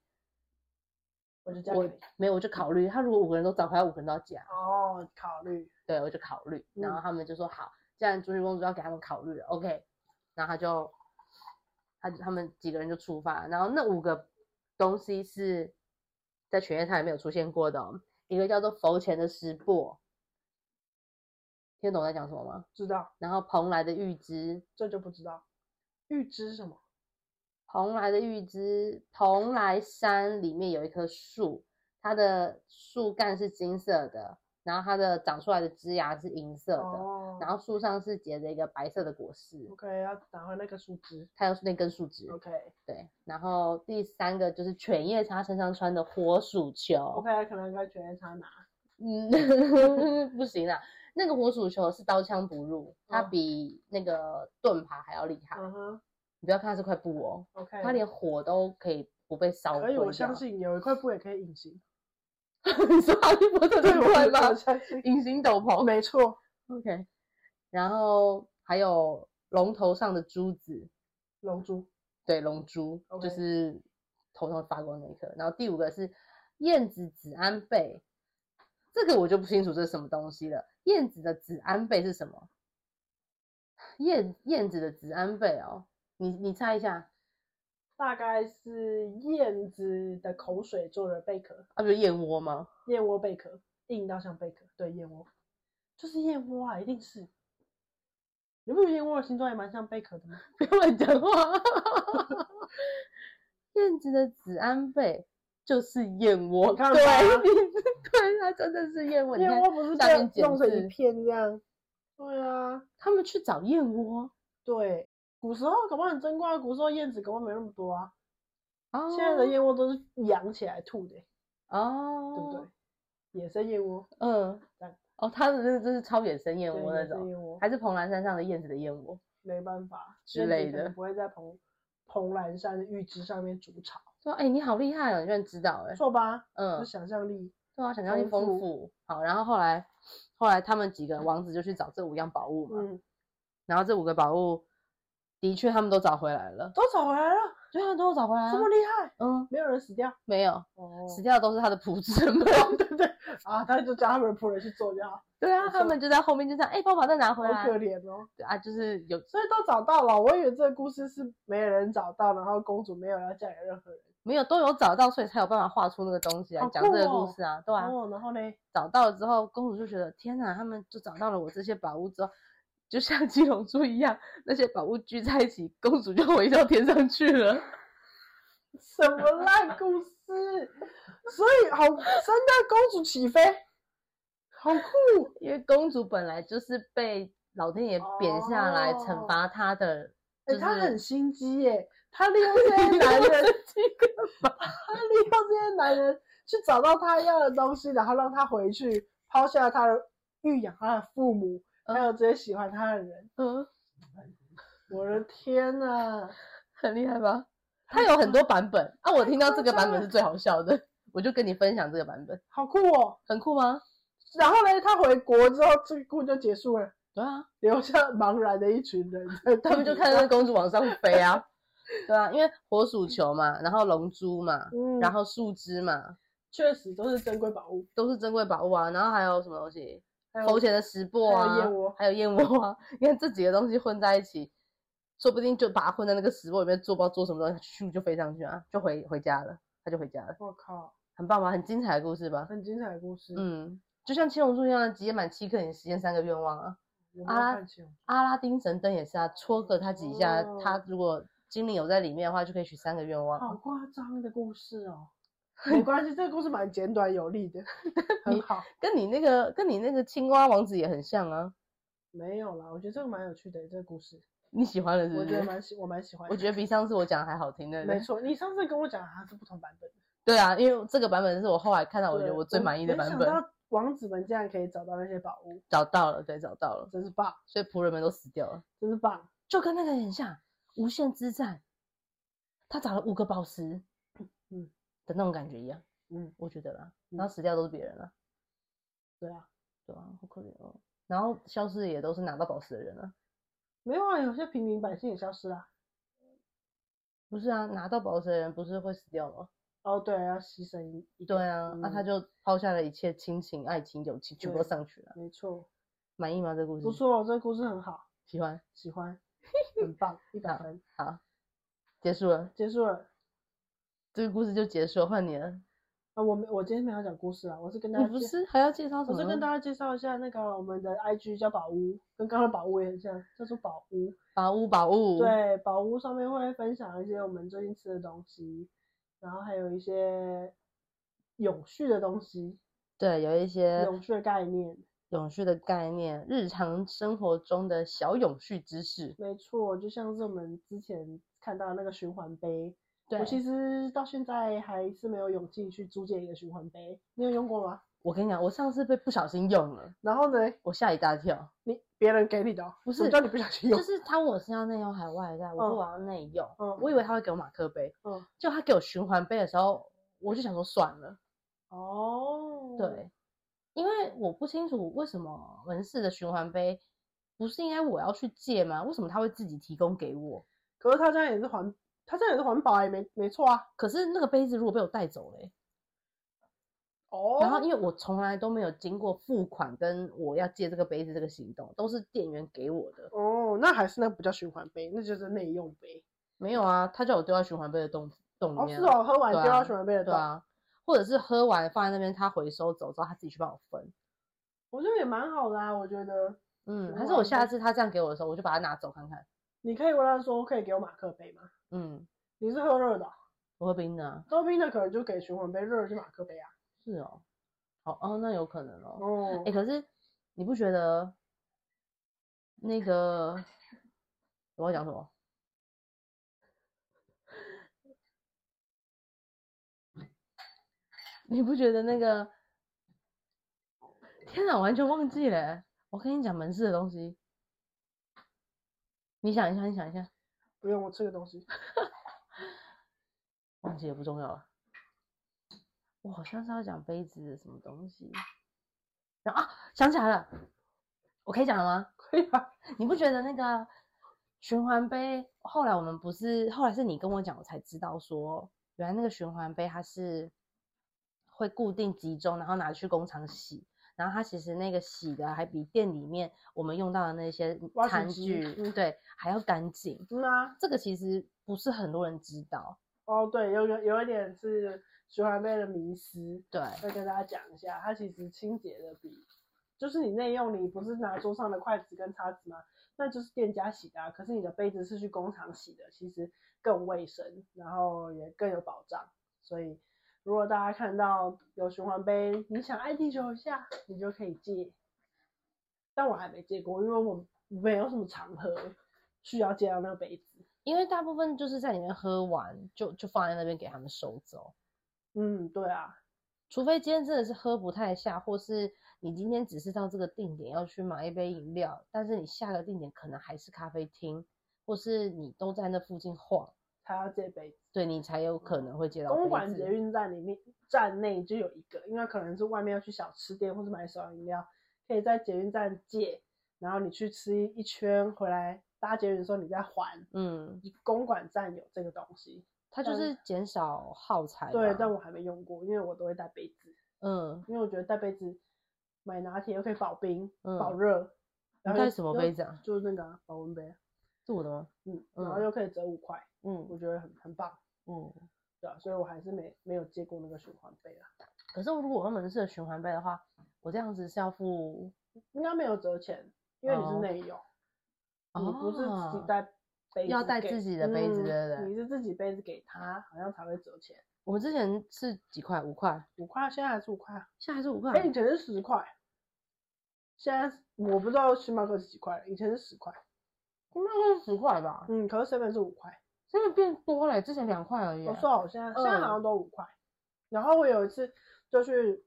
[SPEAKER 1] 我就这样
[SPEAKER 2] 我
[SPEAKER 1] 考虑。
[SPEAKER 2] 没有我就考虑，他如果五个人都找回来，五个人都要嫁，
[SPEAKER 1] 哦，考虑。
[SPEAKER 2] 对我就考虑，然
[SPEAKER 1] 嗯
[SPEAKER 2] 后他们就说好，既然竹取公主要给他们考虑了，OK，然后他就他他们几个人就出发，然后那五个东西是在犬夜叉也没有出现过的哦、一个叫做佛前的石钵，听得懂我在讲什么吗？
[SPEAKER 1] 知道，
[SPEAKER 2] 然后蓬莱的玉枝，
[SPEAKER 1] 这就不知道。预知什么？
[SPEAKER 2] 蓬莱的玉枝，蓬莱山里面有一棵树，它的树干是金色的，然后它的长出来的枝芽是银色的，
[SPEAKER 1] 哦
[SPEAKER 2] 然后树上是结着一个白色的果实，
[SPEAKER 1] ，OK，要打回那个树枝
[SPEAKER 2] 它又是那根树枝。
[SPEAKER 1] ，OK，OK，
[SPEAKER 2] 对，然后第三个就是犬夜叉身上穿的火鼠球。
[SPEAKER 1] 可能该全他拿，
[SPEAKER 2] 嗯， [laughs] 不行啦，那个火鼠球是刀枪不入，它
[SPEAKER 1] 哦
[SPEAKER 2] 比那个盾牌还要厉害。
[SPEAKER 1] 嗯哼
[SPEAKER 2] 你不要看它是块布哦，
[SPEAKER 1] ，OK，
[SPEAKER 2] 它连火都可以不被烧毁
[SPEAKER 1] 可
[SPEAKER 2] 掉。
[SPEAKER 1] 以，我相信有一块布也可以隐形，
[SPEAKER 2] [laughs] 你说哈利波特这
[SPEAKER 1] [laughs] 我
[SPEAKER 2] 块
[SPEAKER 1] 我
[SPEAKER 2] 吗？
[SPEAKER 1] 相信，
[SPEAKER 2] 隐形斗篷。
[SPEAKER 1] 没错，
[SPEAKER 2] OK，然后还有龙头上的珠子，
[SPEAKER 1] 龙珠，
[SPEAKER 2] 对，龙珠
[SPEAKER 1] OK
[SPEAKER 2] 就是头上发光那一颗。然后第五个是燕子紫安贝，这个我就不清楚这是什么东西了。燕子的紫安贝是什么？燕燕子的紫安贝哦，你你猜一下
[SPEAKER 1] 大概是燕子的口水做的贝壳，
[SPEAKER 2] 啊？不是燕窝吗？ [laughs]
[SPEAKER 1] 燕窝贝壳，硬到像贝壳，对，燕窝，就是燕窝啊，一定是。有没有燕窝的形状也蛮像贝壳的吗？
[SPEAKER 2] 不要乱讲话。燕子的紫安贝就是燕窝，
[SPEAKER 1] 你看吧
[SPEAKER 2] 对，对，它真的是燕窝。你
[SPEAKER 1] 燕
[SPEAKER 2] 看
[SPEAKER 1] 窝不是这
[SPEAKER 2] 下面
[SPEAKER 1] 样
[SPEAKER 2] 剪
[SPEAKER 1] 弄成
[SPEAKER 2] 字
[SPEAKER 1] 一片这样？对啊，
[SPEAKER 2] 他们去找燕窝，
[SPEAKER 1] 对，古时候搞不好很珍贵啊，古时候燕子搞不好没那么多啊。
[SPEAKER 2] 哦
[SPEAKER 1] 现在的燕窝都是养起来吐的、
[SPEAKER 2] 哦，
[SPEAKER 1] 对不对？野生燕窝，
[SPEAKER 2] 嗯
[SPEAKER 1] 这样，
[SPEAKER 2] 哦，它的那个就是超野生燕
[SPEAKER 1] 对
[SPEAKER 2] 窝那
[SPEAKER 1] 野生
[SPEAKER 2] 种，
[SPEAKER 1] 燕窝
[SPEAKER 2] 还是蓬莱山上的燕子的燕窝？
[SPEAKER 1] 没办法
[SPEAKER 2] 之
[SPEAKER 1] 燕子
[SPEAKER 2] 类
[SPEAKER 1] 可能
[SPEAKER 2] 的
[SPEAKER 1] 不会在蓬蓬莱山的玉枝上面筑巢，
[SPEAKER 2] 说，哎、你好厉害哦，你居然知道、
[SPEAKER 1] 不
[SPEAKER 2] 哎，
[SPEAKER 1] 错吧？有
[SPEAKER 2] 嗯，
[SPEAKER 1] 想象力，
[SPEAKER 2] 对啊，想象力丰
[SPEAKER 1] 丰
[SPEAKER 2] 富。好，然后后来，后来他们几个王子就去找这五样宝物嘛，
[SPEAKER 1] 嗯，
[SPEAKER 2] 然后这五个宝物的确他们都找回来了，
[SPEAKER 1] 都找回来了，
[SPEAKER 2] 对啊，都有找回来、啊
[SPEAKER 1] 这，么厉害，
[SPEAKER 2] 嗯，
[SPEAKER 1] 没有人死掉
[SPEAKER 2] 没有，
[SPEAKER 1] 哦
[SPEAKER 2] 死掉的都是他的仆子们， [laughs] 对对
[SPEAKER 1] 啊！他就叫他们的仆人去做就好，
[SPEAKER 2] 对啊，
[SPEAKER 1] 没
[SPEAKER 2] 他们就在后面就这样，哎、把我把再拿
[SPEAKER 1] 好
[SPEAKER 2] 回来，
[SPEAKER 1] 可怜哦。
[SPEAKER 2] 对啊，就是有
[SPEAKER 1] 所以都找到了，我以为这个故事是没人找到，然后公主没有要嫁给任何人。
[SPEAKER 2] 没有都有找到，所以才有办法画出那个东西来
[SPEAKER 1] 好
[SPEAKER 2] 讲这个
[SPEAKER 1] 酷
[SPEAKER 2] 故
[SPEAKER 1] 哦
[SPEAKER 2] 事啊，对啊，
[SPEAKER 1] 哦，然后呢？
[SPEAKER 2] 找到了之后，公主就觉得天哪，他们就找到了我这些宝物之后，就像七龙珠一样，那些宝物聚在一起，公主就回到天上去了。 [laughs]
[SPEAKER 1] 什么烂故事？所以好，圣诞公主起飞，好酷！
[SPEAKER 2] 因为公主本来就是被老天爷贬下来
[SPEAKER 1] 哦
[SPEAKER 2] 惩罚她的，
[SPEAKER 1] 哎、
[SPEAKER 2] 就是
[SPEAKER 1] 她很心机耶，她利用这些男人，她利用这些男人去找到她要的东西，然后让她回去，抛下她的育养她的父母，
[SPEAKER 2] 嗯
[SPEAKER 1] 还有这些喜欢她的人。
[SPEAKER 2] [laughs] 嗯，
[SPEAKER 1] 我的天呐，
[SPEAKER 2] 很厉害吧？它有很多版本啊，我听到这个版本是最好笑的，我就跟你分享这个版本，
[SPEAKER 1] 好酷哦！
[SPEAKER 2] 很酷吗？
[SPEAKER 1] 然后呢，她回国之后，这个故事就结束了，
[SPEAKER 2] 对啊，
[SPEAKER 1] 留下茫然的一群人。
[SPEAKER 2] [laughs]
[SPEAKER 1] [laughs]
[SPEAKER 2] 他们就看到公主往上飞啊，对啊，因为火鼠球嘛，然后龙珠嘛，
[SPEAKER 1] 嗯
[SPEAKER 2] 然后树枝嘛，
[SPEAKER 1] 确实都是珍贵宝物，
[SPEAKER 2] 都是珍贵宝物啊。然后还有什么东西？
[SPEAKER 1] 还有
[SPEAKER 2] 头衔的石钵
[SPEAKER 1] 还有
[SPEAKER 2] 啊
[SPEAKER 1] 燕窝，
[SPEAKER 2] 还有燕窝啊。你看这几个东西混在一起，说不定就把它混在那个石钵里面，做不知道做什么东西，咻就飞上去啊，就回回家了，他就回家了，
[SPEAKER 1] 我靠，
[SPEAKER 2] 很棒吧？很精彩的故事吧？
[SPEAKER 1] 很精彩的故事。
[SPEAKER 2] 嗯，就像七龙珠一样，集满七颗，你实现三个愿望啊。
[SPEAKER 1] 我没有
[SPEAKER 2] 啊
[SPEAKER 1] 看清楚。
[SPEAKER 2] 阿拉丁神灯也是啊，戳个它几下，
[SPEAKER 1] 哦
[SPEAKER 2] 它如果精灵有在里面的话，就可以许三个愿望啊。
[SPEAKER 1] 好夸张的故事哦。没关系，这个故事蛮简短有
[SPEAKER 2] [laughs]
[SPEAKER 1] 力的，很好。
[SPEAKER 2] 跟你那个跟你那个青蛙王子也很像啊，
[SPEAKER 1] 没有啦，我觉得这个蛮有趣的，这个故事，
[SPEAKER 2] 你喜欢了是
[SPEAKER 1] 我
[SPEAKER 2] 不
[SPEAKER 1] 觉得
[SPEAKER 2] 是？
[SPEAKER 1] 蛮喜，我蛮喜
[SPEAKER 2] 嗯
[SPEAKER 1] 欢的。
[SPEAKER 2] 我觉得比上次我讲的还好听，对不
[SPEAKER 1] 没
[SPEAKER 2] 对？
[SPEAKER 1] 错，你上次跟我讲它是不同版本的，
[SPEAKER 2] 对啊，因为这个版本是我后来看到我觉
[SPEAKER 1] 对
[SPEAKER 2] 得我最满意的版
[SPEAKER 1] 没
[SPEAKER 2] 本，
[SPEAKER 1] 想到王子们竟然可以找到那些宝物，
[SPEAKER 2] 找到了，对，找到了，
[SPEAKER 1] 真是棒，
[SPEAKER 2] 所以仆人们都死掉了，
[SPEAKER 1] 真是棒。
[SPEAKER 2] 就跟那个很像，《无限之战》，他找了五个宝石，嗯
[SPEAKER 1] 嗯
[SPEAKER 2] 的那种感觉一样，
[SPEAKER 1] 嗯，
[SPEAKER 2] 我觉得啦，
[SPEAKER 1] 嗯
[SPEAKER 2] 然后死掉都是别人了，
[SPEAKER 1] 对啊，
[SPEAKER 2] 对啊，好可怜哦。然后消失的也都是拿到宝石的人啊了，
[SPEAKER 1] 没有啊，有些平民百姓也消失啦。
[SPEAKER 2] 不是啊？拿到宝石的人不是会死掉吗？
[SPEAKER 1] 哦，对，要牺牲一一个
[SPEAKER 2] 对啊，那、他
[SPEAKER 1] 嗯
[SPEAKER 2] 就抛下了一切亲情、爱情、友情，全部都
[SPEAKER 1] 对
[SPEAKER 2] 上去了。
[SPEAKER 1] 没错，
[SPEAKER 2] 满意吗？这故事
[SPEAKER 1] 不，错，哦这个故事很好，
[SPEAKER 2] 喜欢。[laughs]
[SPEAKER 1] 喜欢，很棒，一百
[SPEAKER 2] 好
[SPEAKER 1] 分，
[SPEAKER 2] 好，结束了，
[SPEAKER 1] 结束了。
[SPEAKER 2] 这个故事就结束了，换你了。
[SPEAKER 1] 啊，我没，我今天没有讲故事啊，我是跟大
[SPEAKER 2] 你
[SPEAKER 1] 家
[SPEAKER 2] 不
[SPEAKER 1] 介
[SPEAKER 2] 是还要介绍什
[SPEAKER 1] 我
[SPEAKER 2] 么？
[SPEAKER 1] 是跟大家介绍一下那个我们的 IG 叫宝屋，跟刚刚的宝屋也很像，叫做宝屋。
[SPEAKER 2] 宝物，宝物。，
[SPEAKER 1] 对，宝屋上面会分享一些我们最近吃的东西，然后还有一些永续的东西，
[SPEAKER 2] 对，有一些
[SPEAKER 1] 永续的概念。
[SPEAKER 2] 永续的概念，日常生活中的小永续知识。
[SPEAKER 1] 没错，就像是我们之前看到那个循环杯，
[SPEAKER 2] 对
[SPEAKER 1] 我其实到现在还是没有勇气去租借一个循环杯。你有用过吗？
[SPEAKER 2] 我跟你讲，我上次被不小心用了，
[SPEAKER 1] 然后呢，
[SPEAKER 2] 我吓一大
[SPEAKER 1] [laughs]
[SPEAKER 2] 跳。
[SPEAKER 1] 你别人给你的哦、
[SPEAKER 2] 不
[SPEAKER 1] 什么
[SPEAKER 2] 是
[SPEAKER 1] 叫你不小心用
[SPEAKER 2] 就，是他问我是要内用还是外带，我说
[SPEAKER 1] 嗯
[SPEAKER 2] 我要内用，
[SPEAKER 1] 嗯
[SPEAKER 2] 我以为他会给我马克杯，
[SPEAKER 1] 嗯，
[SPEAKER 2] 就他给我循环杯的时候，我就想说算了，
[SPEAKER 1] 哦，
[SPEAKER 2] 对，因为我不清楚为什么门市的循环杯不是应该我要去借吗？为什么他会自己提供给我？
[SPEAKER 1] 可是他这样也是环，他这样也是环保啊，也没没错啊。
[SPEAKER 2] 可是那个杯子如果被我带走了欸、
[SPEAKER 1] 哦，
[SPEAKER 2] 然后因为我从来都没有经过付款跟我要借这个杯子这个行动，都是店员给我的。
[SPEAKER 1] 哦，那还是那不叫循环杯，那就是内用杯。
[SPEAKER 2] 没有啊，他叫我丢在循环杯的洞洞里
[SPEAKER 1] 哦，
[SPEAKER 2] 面
[SPEAKER 1] 是
[SPEAKER 2] 啊。
[SPEAKER 1] 哦，喝完
[SPEAKER 2] 对
[SPEAKER 1] 丢到
[SPEAKER 2] 啊
[SPEAKER 1] 循环杯的
[SPEAKER 2] 对
[SPEAKER 1] 洞，
[SPEAKER 2] 啊，或者是喝完放在那边，他回收走之后，他自己去帮我分。
[SPEAKER 1] 我觉得也蛮好的啊。我觉得
[SPEAKER 2] 嗯，
[SPEAKER 1] 循
[SPEAKER 2] 还是我
[SPEAKER 1] 环
[SPEAKER 2] 下
[SPEAKER 1] 杯
[SPEAKER 2] 次他这样给我的时候，我就把它拿走看看。
[SPEAKER 1] 你可以跟他说，可以给我马克杯吗？
[SPEAKER 2] 嗯，
[SPEAKER 1] 你是喝热的哦，
[SPEAKER 2] 我喝冰的啊。
[SPEAKER 1] 多冰的可能就给循环杯，热的是马克杯啊。
[SPEAKER 2] 是哦，好哦，那有可能哦。
[SPEAKER 1] 哦
[SPEAKER 2] 哎、，可是你不觉得那个我要讲什么？ [laughs] 你不觉得那个？天哪，完全忘记了欸。我跟你讲门市的东西，你想一下，你想一下，
[SPEAKER 1] 不用，我吃个东西。
[SPEAKER 2] 忘记也不重要了。我好像是要讲杯子的什么东西，然后啊，想起来了，我可以讲了吗？ [laughs]
[SPEAKER 1] 可以啊，
[SPEAKER 2] 你不觉得那个循环杯？后来我们不是，后来是你跟我讲，我才知道说，原来那个循环杯它是会固定集中，然后拿去工厂洗。然后它其实那个洗的还比店里面我们用到的那些
[SPEAKER 1] 挖土
[SPEAKER 2] 餐
[SPEAKER 1] 机
[SPEAKER 2] 具，
[SPEAKER 1] 嗯
[SPEAKER 2] 对，还要干净。
[SPEAKER 1] 嗯啊，
[SPEAKER 2] 这个其实不是很多人知道，
[SPEAKER 1] 哦，对，有有有一点是循环杯的迷思，
[SPEAKER 2] 对，
[SPEAKER 1] 再跟大家讲一下，它其实清洁的比，就是你内用，你不是拿桌上的筷子跟叉子吗？那就是店家洗的、啊，可是你的杯子是去工厂洗的，其实更卫生，然后也更有保障。所以如果大家看到有循环杯，你想爱地球一下，你就可以借。但我还没借过，因为我没有什么场合需要借到那个杯子。
[SPEAKER 2] 因为大部分就是在里面喝完就就放在那边给他们收走。
[SPEAKER 1] 嗯，对啊，
[SPEAKER 2] 除非今天真的是喝不太下，或是你今天只是到这个定点要去买一杯饮料，但是你下个定点可能还是咖啡厅，或是你都在那附近晃，
[SPEAKER 1] 才要借杯子。
[SPEAKER 2] 对你才有可能会接到
[SPEAKER 1] 公
[SPEAKER 2] 杯
[SPEAKER 1] 馆
[SPEAKER 2] 子
[SPEAKER 1] 捷运站里面站内就有一个，因为可能是外面要去小吃店或是买手摇饮料，可以在捷运站借，然后你去吃一圈回来搭捷运的时候你再还。
[SPEAKER 2] 嗯，
[SPEAKER 1] 公馆站有这个东西，
[SPEAKER 2] 它就
[SPEAKER 1] 但
[SPEAKER 2] 是减少耗材嘛。
[SPEAKER 1] 对，但我还没用过，因为我都会带杯子，
[SPEAKER 2] 嗯，
[SPEAKER 1] 因为我觉得带杯子买拿铁又可以保冰、保
[SPEAKER 2] 嗯
[SPEAKER 1] 热。然后
[SPEAKER 2] 带
[SPEAKER 1] 又
[SPEAKER 2] 什么
[SPEAKER 1] 又
[SPEAKER 2] 杯子啊
[SPEAKER 1] 就是那个啊保温杯啊，
[SPEAKER 2] 是我的吗？
[SPEAKER 1] 嗯，然后
[SPEAKER 2] 嗯
[SPEAKER 1] 又可以折五块，我
[SPEAKER 2] 嗯
[SPEAKER 1] 觉得很很棒，
[SPEAKER 2] 嗯。
[SPEAKER 1] 对啊，所以我还是没没有借过那个循环杯啊，
[SPEAKER 2] 可是如果我用门市的循环杯的话，我这样子是要付，
[SPEAKER 1] 应该没有折钱，因为你是
[SPEAKER 2] 哦
[SPEAKER 1] 内用。你不是自
[SPEAKER 2] 哦
[SPEAKER 1] 己带杯子给，
[SPEAKER 2] 要带自己的杯子对
[SPEAKER 1] 嗯
[SPEAKER 2] 不对
[SPEAKER 1] 你是自己杯子给他，好像才会折钱，
[SPEAKER 2] 我们之前是几块？五块？
[SPEAKER 1] 五块，现在还是五块啊。
[SPEAKER 2] 现在还是五块？
[SPEAKER 1] 哎、以前是十块，现在是我不知道星巴克是几块，以前是十块，
[SPEAKER 2] 那十块吧，
[SPEAKER 1] 嗯，可是 seven 是五块，
[SPEAKER 2] 现在变多了，之前两块而已
[SPEAKER 1] 我。说好，现在现在好
[SPEAKER 2] 嗯
[SPEAKER 1] 像都五块。然后我有一次就去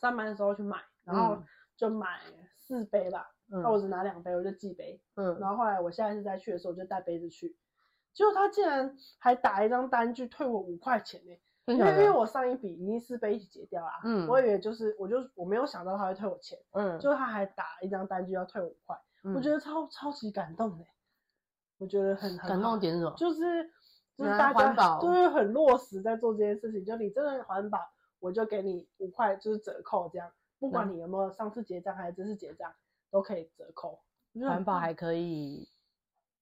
[SPEAKER 1] 上班的时候去买，然后
[SPEAKER 2] 嗯
[SPEAKER 1] 就买四杯吧，
[SPEAKER 2] 嗯
[SPEAKER 1] 那、我只拿两杯，我就寄杯，
[SPEAKER 2] 嗯
[SPEAKER 1] 然后后来我下一次再去的时候，我就带杯子去，结果他竟然还打一张单据退我五块钱呢、
[SPEAKER 2] 真
[SPEAKER 1] 因
[SPEAKER 2] 的
[SPEAKER 1] 为
[SPEAKER 2] 假
[SPEAKER 1] 因
[SPEAKER 2] 的
[SPEAKER 1] 为我上一笔已经是被一起结掉啦，
[SPEAKER 2] 嗯
[SPEAKER 1] 我以为就是我就我没有想到他会退我钱，
[SPEAKER 2] 嗯，
[SPEAKER 1] 就他还打一张单据要退我五块，我觉
[SPEAKER 2] 得
[SPEAKER 1] 得超超级感动的、我觉得很很
[SPEAKER 2] 感
[SPEAKER 1] 好
[SPEAKER 2] 动，点是什么？
[SPEAKER 1] 就是就
[SPEAKER 2] 原
[SPEAKER 1] 是
[SPEAKER 2] 来
[SPEAKER 1] 大
[SPEAKER 2] 环
[SPEAKER 1] 家
[SPEAKER 2] 保
[SPEAKER 1] 就是很落实在做这件事情，就你真的环保，我就给你五块就是折扣这样，不管你有没有上次结账还是这次结账都可以折扣，我觉得很
[SPEAKER 2] 环保
[SPEAKER 1] 棒
[SPEAKER 2] 还可以，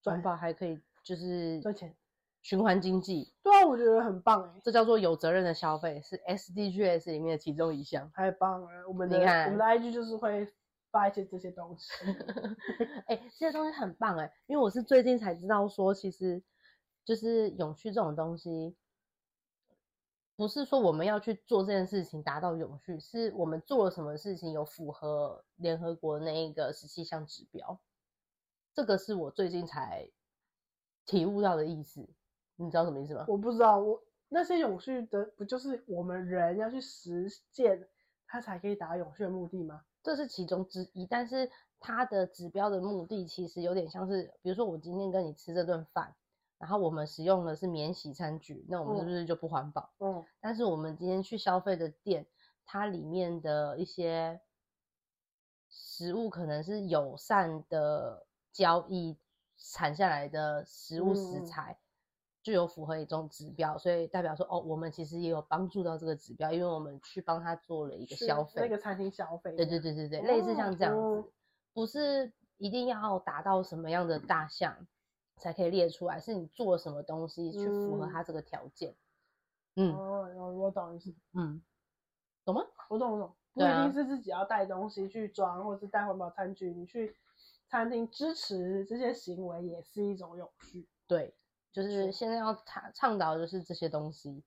[SPEAKER 1] 对
[SPEAKER 2] 环保还可以就是
[SPEAKER 1] 赚钱，
[SPEAKER 2] 循环经济，
[SPEAKER 1] 对啊，我觉得很棒哎、
[SPEAKER 2] 这叫做有责任的消费，是 SDGs 里面的其中一项。
[SPEAKER 1] 太棒了，我们
[SPEAKER 2] 你
[SPEAKER 1] 的我们
[SPEAKER 2] 看
[SPEAKER 1] 的 IG 就是会发一些这些东西， [laughs]
[SPEAKER 2] [laughs] 哎、这些东西很棒哎、因为我是最近才知道说，其实就是永续这种东西，不是说我们要去做这件事情达到永续，是我们做了什么事情有符合联合国那一个十七项指标。这个是我最近才体悟到的意思，你知道什么意思吗？
[SPEAKER 1] 我不知道，我那些永续的不就是我们人要去实践，它才可以达到永续的目的吗？
[SPEAKER 2] 这是其中之一，但是它的指标的目的其实有点像是，比如说我今天跟你吃这顿饭，然后我们使用的是免洗餐具，那我们是不是就不环保？
[SPEAKER 1] 嗯，
[SPEAKER 2] 但是我们今天去消费的店，它里面的一些食物可能是友善的交易产下来的食物食
[SPEAKER 1] 嗯
[SPEAKER 2] 材，就有符合一种指标，所以代表说哦，我们其实也有帮助到这个指标，因为我们去帮他做了一个
[SPEAKER 1] 去
[SPEAKER 2] 消
[SPEAKER 1] 那
[SPEAKER 2] 费。
[SPEAKER 1] 个餐厅消费，
[SPEAKER 2] 对对对对对，类似像这样
[SPEAKER 1] 哦
[SPEAKER 2] 子，不是一定要达到什么样的大项才可以列出来，是你做什么东西去符合
[SPEAKER 1] 嗯
[SPEAKER 2] 它这个条件。嗯
[SPEAKER 1] 哦，我我懂意思，
[SPEAKER 2] 嗯，懂吗？
[SPEAKER 1] 我懂我懂，不一
[SPEAKER 2] 对啊
[SPEAKER 1] 定是自己要带东西去装，或者是带环保餐具，你去餐厅支持这些行为也是一种永续。
[SPEAKER 2] 对，就
[SPEAKER 1] 没
[SPEAKER 2] 是
[SPEAKER 1] 错
[SPEAKER 2] 现在要倡倡导的就是这些东西，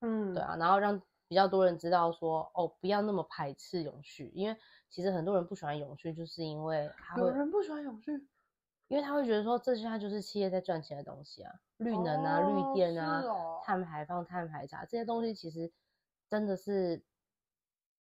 [SPEAKER 1] 嗯，
[SPEAKER 2] 对，啊，然后让比较多人知道说，哦，不要那么排斥永续，因为其实很多人不喜欢永续，就是因为他
[SPEAKER 1] 有
[SPEAKER 2] 会，
[SPEAKER 1] 人不喜欢永续，
[SPEAKER 2] 因为他会觉得说，这些它就是企业在赚钱的东西啊，绿能啊、
[SPEAKER 1] 哦
[SPEAKER 2] 绿电啊、
[SPEAKER 1] 是哦
[SPEAKER 2] 碳排放、碳排查这些东西，其实真的是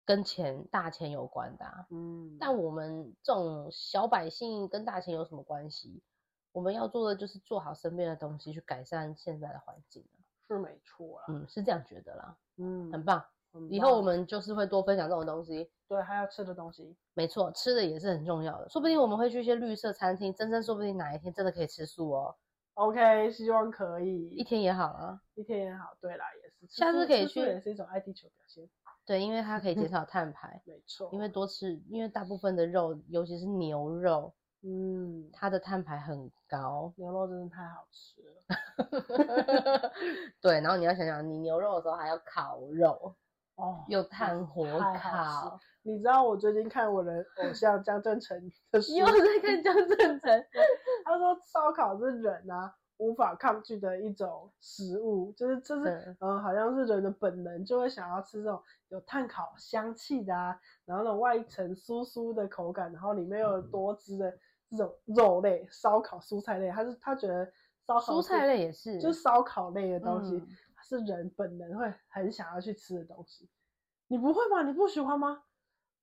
[SPEAKER 2] 跟钱大钱有关的、啊，
[SPEAKER 1] 嗯，
[SPEAKER 2] 但我们这种小百姓跟大钱有什么关系？我们要做的就是做好身边的东西，去改善现在的环境啊。
[SPEAKER 1] 是没错啦，
[SPEAKER 2] 嗯，是这样觉得啦，
[SPEAKER 1] 嗯，
[SPEAKER 2] 很棒。
[SPEAKER 1] 很
[SPEAKER 2] 以后我
[SPEAKER 1] 棒
[SPEAKER 2] 们就是会多分享这种东西。
[SPEAKER 1] 对还要吃的东西，
[SPEAKER 2] 没错，吃的也是很重要的，说不定我们会去一些绿色餐厅，真正说不定哪一天真的可以吃素哦，
[SPEAKER 1] OK，希望可以
[SPEAKER 2] 一天也好啊。
[SPEAKER 1] 一天也好。对啦，也是，吃
[SPEAKER 2] 下次
[SPEAKER 1] 素
[SPEAKER 2] 可以
[SPEAKER 1] 吃素
[SPEAKER 2] 去
[SPEAKER 1] 也是一种爱地球表现，
[SPEAKER 2] 对，因为它可以减少碳排，
[SPEAKER 1] 没错。
[SPEAKER 2] 因为多吃，因为大部分的肉，尤其是牛肉，
[SPEAKER 1] 嗯，
[SPEAKER 2] 它的碳排很
[SPEAKER 1] [laughs]
[SPEAKER 2] 高。
[SPEAKER 1] 牛肉真的太好吃了，
[SPEAKER 2] 对，然后你要想想，你牛肉的时候还要烤肉，
[SPEAKER 1] 哦，
[SPEAKER 2] 用炭火
[SPEAKER 1] 太好
[SPEAKER 2] 烤
[SPEAKER 1] 吃。。你知道我最近看我的偶像江正成的书，
[SPEAKER 2] 又在看江正成，
[SPEAKER 1] 他说烧烤是人啊无法抗拒的一种食物，就是这是
[SPEAKER 2] 对
[SPEAKER 1] 嗯、呃好像是人的本能就会想要吃这种有碳烤香气的啊，然后那种外层酥酥的口感，然后里面又有多汁的这种肉类、烧烤、蔬菜类，他是他觉得烧烤
[SPEAKER 2] 蔬
[SPEAKER 1] 是
[SPEAKER 2] 菜类也是，
[SPEAKER 1] 就是烧烤类的东西、
[SPEAKER 2] 嗯
[SPEAKER 1] 是人本能会很想要去吃的东西，你不会吗？你不喜欢吗？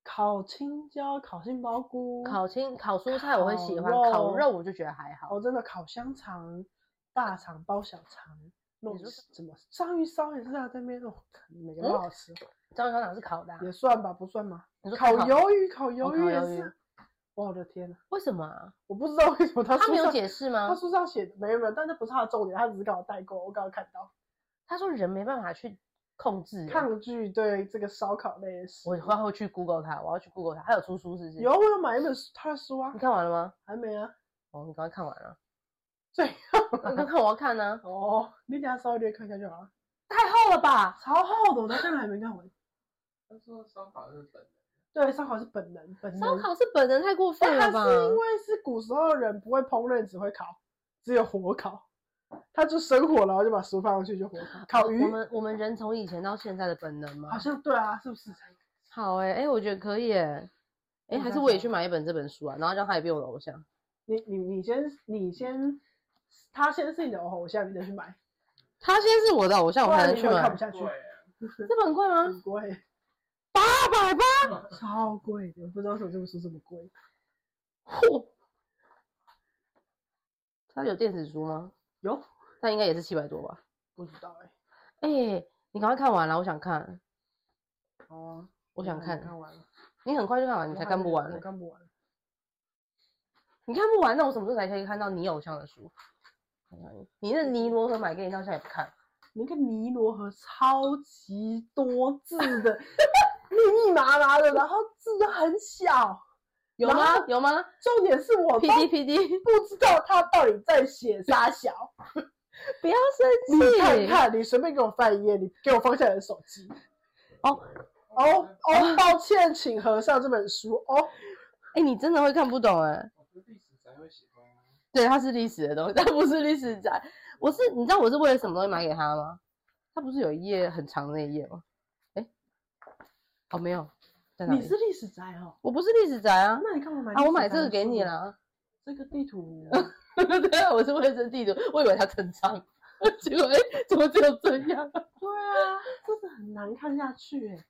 [SPEAKER 1] 烤青椒、烤杏鲍菇、
[SPEAKER 2] 烤青烤蔬菜我会喜欢，
[SPEAKER 1] 烤
[SPEAKER 2] 烤
[SPEAKER 1] 肉
[SPEAKER 2] 肉我就觉得还好。
[SPEAKER 1] 哦，真的烤香肠、大肠包小肠，那
[SPEAKER 2] 你
[SPEAKER 1] 种
[SPEAKER 2] 说
[SPEAKER 1] 什么章鱼烧也是在那边哦，每个都好吃，
[SPEAKER 2] 章鱼烧哪是烤的啊？
[SPEAKER 1] 也算吧，不算吗？
[SPEAKER 2] 你说
[SPEAKER 1] 烤
[SPEAKER 2] 烤哦
[SPEAKER 1] 鱿鱼，烤鱿
[SPEAKER 2] 烤
[SPEAKER 1] 鱼
[SPEAKER 2] 鱿
[SPEAKER 1] 也
[SPEAKER 2] 鱼
[SPEAKER 1] 是，我的天呐，
[SPEAKER 2] 为什么啊？
[SPEAKER 1] 我不知道为什么他
[SPEAKER 2] 他
[SPEAKER 1] 书
[SPEAKER 2] 没有
[SPEAKER 1] 上
[SPEAKER 2] 解释
[SPEAKER 1] 他
[SPEAKER 2] 吗？
[SPEAKER 1] 书上写的没有没有，但那不是他的重点，他只是刚好带过，我刚刚看到
[SPEAKER 2] 他说人没办法去控制耶。
[SPEAKER 1] 抗拒对这个烧烤类的食
[SPEAKER 2] 我
[SPEAKER 1] 物
[SPEAKER 2] 以后会去 Google 他，我要去 Google 他。他有出书是不是？
[SPEAKER 1] 有，我有买一本书他的书啊
[SPEAKER 2] 你，看完了吗？
[SPEAKER 1] 还没啊，
[SPEAKER 2] 哦，你刚刚看完
[SPEAKER 1] [laughs]
[SPEAKER 2] 了。
[SPEAKER 1] 最
[SPEAKER 2] 刚刚看我要看啊呢，
[SPEAKER 1] 哦，你等一下稍微略看一下就好了，
[SPEAKER 2] 太厚了吧？
[SPEAKER 1] 超厚的，我到现在还没看完。
[SPEAKER 3] 他说烧烤是本能，
[SPEAKER 1] 对，烧烤是本能，本
[SPEAKER 2] 烧
[SPEAKER 1] 能。
[SPEAKER 2] 烤是本人太过分
[SPEAKER 1] 但
[SPEAKER 2] 了
[SPEAKER 1] 它
[SPEAKER 2] 吧？
[SPEAKER 1] 是因为是古时候的人不会烹饪，只会烤，只有火烤，他就生火，然后就把书放上去就火
[SPEAKER 2] [laughs]
[SPEAKER 1] 烤，烤鱼
[SPEAKER 2] 我。们我们人从以前到现在的本能吗
[SPEAKER 1] 好？像对啊，是不是？
[SPEAKER 2] 好哎、欸、哎、我觉得可以哎、欸、哎、
[SPEAKER 1] 嗯
[SPEAKER 2] 还
[SPEAKER 1] 那
[SPEAKER 2] 是我也
[SPEAKER 1] 就
[SPEAKER 2] 去买一本这本书啊，然后让他也变我的偶像。
[SPEAKER 1] 你你你先你先，他先是你的偶像，你再去买，
[SPEAKER 2] 他先是我的偶像，
[SPEAKER 1] 不
[SPEAKER 2] 我才
[SPEAKER 1] 然
[SPEAKER 2] 能
[SPEAKER 1] 你
[SPEAKER 2] 去
[SPEAKER 1] 会看
[SPEAKER 2] 买
[SPEAKER 1] 不。下去，
[SPEAKER 3] 对啊，
[SPEAKER 2] 这本贵嗯吗？
[SPEAKER 1] 很贵，
[SPEAKER 2] 八百八，
[SPEAKER 1] 超贵的，我不知道为什么这本书这么贵。
[SPEAKER 2] 嚯！他有电子书吗？
[SPEAKER 1] 有
[SPEAKER 2] 他应该也是七百多吧？
[SPEAKER 1] 不知道哎、
[SPEAKER 2] 哎、你赶快看完了，我想看，
[SPEAKER 1] 哦，
[SPEAKER 2] 我想看。
[SPEAKER 1] 看完了，
[SPEAKER 2] 嗯你很快就看完，你
[SPEAKER 1] 我
[SPEAKER 2] 才
[SPEAKER 1] 还
[SPEAKER 2] 看
[SPEAKER 1] 没
[SPEAKER 2] 不完
[SPEAKER 1] 我
[SPEAKER 2] 呢。
[SPEAKER 1] 看不完。
[SPEAKER 2] 你看不完，那我什么时候才可以看到你偶像的书？看看你你那尼罗河买给你到现在也不看，
[SPEAKER 1] 那个尼罗河超级多字的，
[SPEAKER 2] [laughs]
[SPEAKER 1] 密密麻麻的，然后字都很小。
[SPEAKER 2] 有
[SPEAKER 1] 然
[SPEAKER 2] 吗
[SPEAKER 1] 后？
[SPEAKER 2] 有吗
[SPEAKER 1] 重点是我
[SPEAKER 2] ？P
[SPEAKER 1] 都
[SPEAKER 2] D P D，
[SPEAKER 1] 不知道他到底在写啥小。
[SPEAKER 2] [laughs] 不要
[SPEAKER 1] 你
[SPEAKER 2] 生
[SPEAKER 1] 看
[SPEAKER 2] 气。
[SPEAKER 1] 看，你随便给我翻一页，你给我放下你的手机。
[SPEAKER 2] 哦，
[SPEAKER 1] 哦哦，
[SPEAKER 2] 啊
[SPEAKER 1] 抱歉，请合上这本书。哦，
[SPEAKER 2] 哎、你真的会看不懂哎、
[SPEAKER 3] 我觉得历史才会喜欢啊。
[SPEAKER 2] 对，它是历史的东西，但不是历史展。我是你知道我是为了什么东西买给他吗？它不是有一页很长那一页吗？哎、哦没有，在哪
[SPEAKER 1] 你
[SPEAKER 2] 里？
[SPEAKER 1] 是历史宅哦，
[SPEAKER 2] 我不是历史宅啊，
[SPEAKER 1] 那你干嘛买
[SPEAKER 2] 啊我买
[SPEAKER 1] 历史宅
[SPEAKER 2] 这个
[SPEAKER 1] 的
[SPEAKER 2] 给你
[SPEAKER 1] 书啊，
[SPEAKER 2] 啦。 [laughs]
[SPEAKER 1] 这个地图
[SPEAKER 2] 对啊，我是为了这地图，我以为它整张， [laughs] 结果哎、怎么只有这样？
[SPEAKER 1] 对啊，真的很难看下去哎。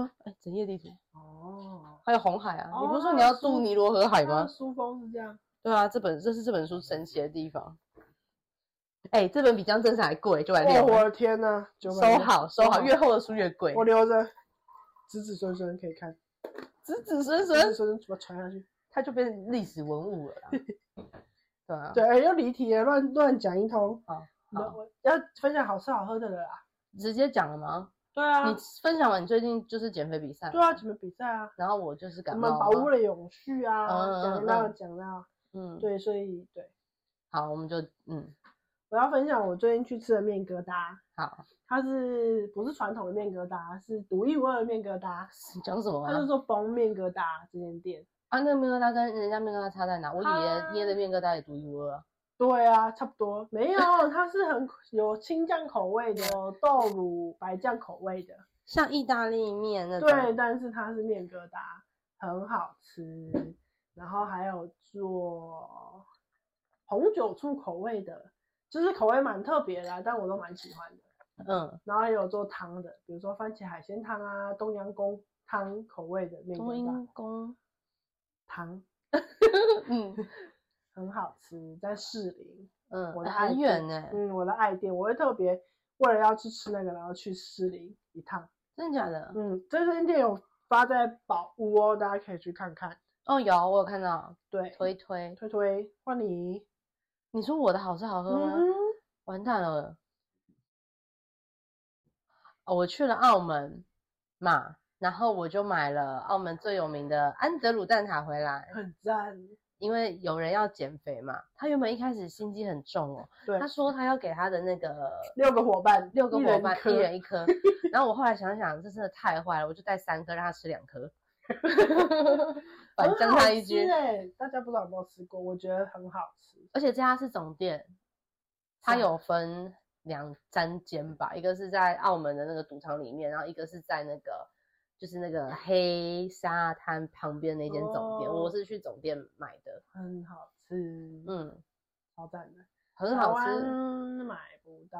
[SPEAKER 2] 哦，哎，整页地图，
[SPEAKER 1] 哦，
[SPEAKER 2] 还有红海啊！你不是说
[SPEAKER 1] 哦
[SPEAKER 2] 你要
[SPEAKER 1] 书
[SPEAKER 2] 住尼罗河海
[SPEAKER 1] 它的
[SPEAKER 2] 吗？
[SPEAKER 1] 书风是这样，
[SPEAKER 2] 对啊，这本这是这本书神奇的地方。哎，这本比江正史还贵，九百六，
[SPEAKER 1] 哦，我的天呐，900
[SPEAKER 2] 收好收好，
[SPEAKER 1] 收
[SPEAKER 2] 越厚的书越贵。
[SPEAKER 1] 我留着，子子孙孙可以看，
[SPEAKER 2] 子子孙孙，
[SPEAKER 1] 子子孙孙怎么传下去？
[SPEAKER 2] 它就变成历史文物
[SPEAKER 1] [laughs]
[SPEAKER 2] 了啦。对啊，
[SPEAKER 1] 对，哎又离题了，乱乱讲一通。
[SPEAKER 2] 好
[SPEAKER 1] 那
[SPEAKER 2] 好
[SPEAKER 1] 我要分享好吃好喝的了啦。
[SPEAKER 2] 直接讲了吗？
[SPEAKER 1] 对啊
[SPEAKER 2] 你分享完你最近就是减肥比赛，
[SPEAKER 1] 对啊，怎么比赛啊？
[SPEAKER 2] 然后我就是
[SPEAKER 1] 我
[SPEAKER 2] 感
[SPEAKER 1] 们
[SPEAKER 2] 冒
[SPEAKER 1] 保护
[SPEAKER 2] 嘛，
[SPEAKER 1] 了永续啊，
[SPEAKER 2] 嗯嗯
[SPEAKER 1] 讲到
[SPEAKER 2] 嗯
[SPEAKER 1] 讲到，
[SPEAKER 2] 嗯，
[SPEAKER 1] 对，所以对，
[SPEAKER 2] 好，我们就嗯
[SPEAKER 1] 我要分享我最近去吃的面疙瘩，
[SPEAKER 2] 好，
[SPEAKER 1] 它是不是传统的面疙瘩，是独一无二的面疙瘩。
[SPEAKER 2] 你讲什么
[SPEAKER 1] 他就
[SPEAKER 2] 啊？
[SPEAKER 1] 说崩面疙瘩这间店，
[SPEAKER 2] 啊，那个面疙瘩跟人家面疙瘩差在哪？我以
[SPEAKER 1] 它
[SPEAKER 2] 为捏的面疙瘩也独一无二啊。
[SPEAKER 1] 对啊，差不多没有，它是很有青酱口味的，有豆乳白酱口味的，
[SPEAKER 2] 像意大利面那种。
[SPEAKER 1] 对，但是它是面疙瘩，很好吃。然后还有做红酒醋口味的，就是口味蛮特别的啊、但我都蛮喜欢的。
[SPEAKER 2] 嗯，
[SPEAKER 1] 然后也有做汤的，比如说番茄海鲜汤啊、东阳宫汤口味的面
[SPEAKER 2] 冬
[SPEAKER 1] 疙瘩
[SPEAKER 2] 阴
[SPEAKER 1] [laughs]
[SPEAKER 2] 功，
[SPEAKER 1] 汤，
[SPEAKER 2] 嗯
[SPEAKER 1] 很好吃，在士林。
[SPEAKER 2] 嗯，
[SPEAKER 1] 我的爱
[SPEAKER 2] 很
[SPEAKER 1] 店
[SPEAKER 2] 远呢，
[SPEAKER 1] 嗯，我的爱店，我会特别为了要去吃那个，然后去士林一趟。
[SPEAKER 2] 真的假的？
[SPEAKER 1] 嗯，这间店有发在宝屋哦，大家可以去看看。
[SPEAKER 2] 哦，有我有看到
[SPEAKER 1] 对，
[SPEAKER 2] 推推，
[SPEAKER 1] 推推换你，
[SPEAKER 2] 你说我的好吃好喝吗？
[SPEAKER 1] 嗯，
[SPEAKER 2] 完蛋了！哦，我去了澳门嘛，然后我就买了澳门最有名的安德鲁蛋挞回来，
[SPEAKER 1] 很赞。
[SPEAKER 2] 因为有人要减肥嘛。他原本一开始心机很重哦，
[SPEAKER 1] 对
[SPEAKER 2] 他，说他要给他的那
[SPEAKER 1] [laughs]
[SPEAKER 2] 个
[SPEAKER 1] 六个伙伴，
[SPEAKER 2] 六个
[SPEAKER 1] 一
[SPEAKER 2] 伙
[SPEAKER 1] 人
[SPEAKER 2] 伴，
[SPEAKER 1] 颗
[SPEAKER 2] 一人一
[SPEAKER 1] [laughs]
[SPEAKER 2] 颗。然后我后来想想，这真的太坏了，我就带三颗，让他吃两
[SPEAKER 1] [laughs]
[SPEAKER 2] 颗，反
[SPEAKER 1] 很
[SPEAKER 2] 正
[SPEAKER 1] 好
[SPEAKER 2] 他一
[SPEAKER 1] 吃
[SPEAKER 2] 军。
[SPEAKER 1] 欸大家不知道有没有吃过？我觉得很好吃。
[SPEAKER 2] 而且这家是总店，它
[SPEAKER 1] 是啊
[SPEAKER 2] 有分两三间吧，一个是在澳门的那个赌场里面，然后一个是在那个就是那个黑沙滩旁边那间总店。我
[SPEAKER 1] 哦
[SPEAKER 2] 是去总店买的，
[SPEAKER 1] 很好吃，嗯，
[SPEAKER 2] 嗯，
[SPEAKER 1] 超赞的，
[SPEAKER 2] 很好
[SPEAKER 1] 台
[SPEAKER 2] 吃。
[SPEAKER 1] 湾买不到，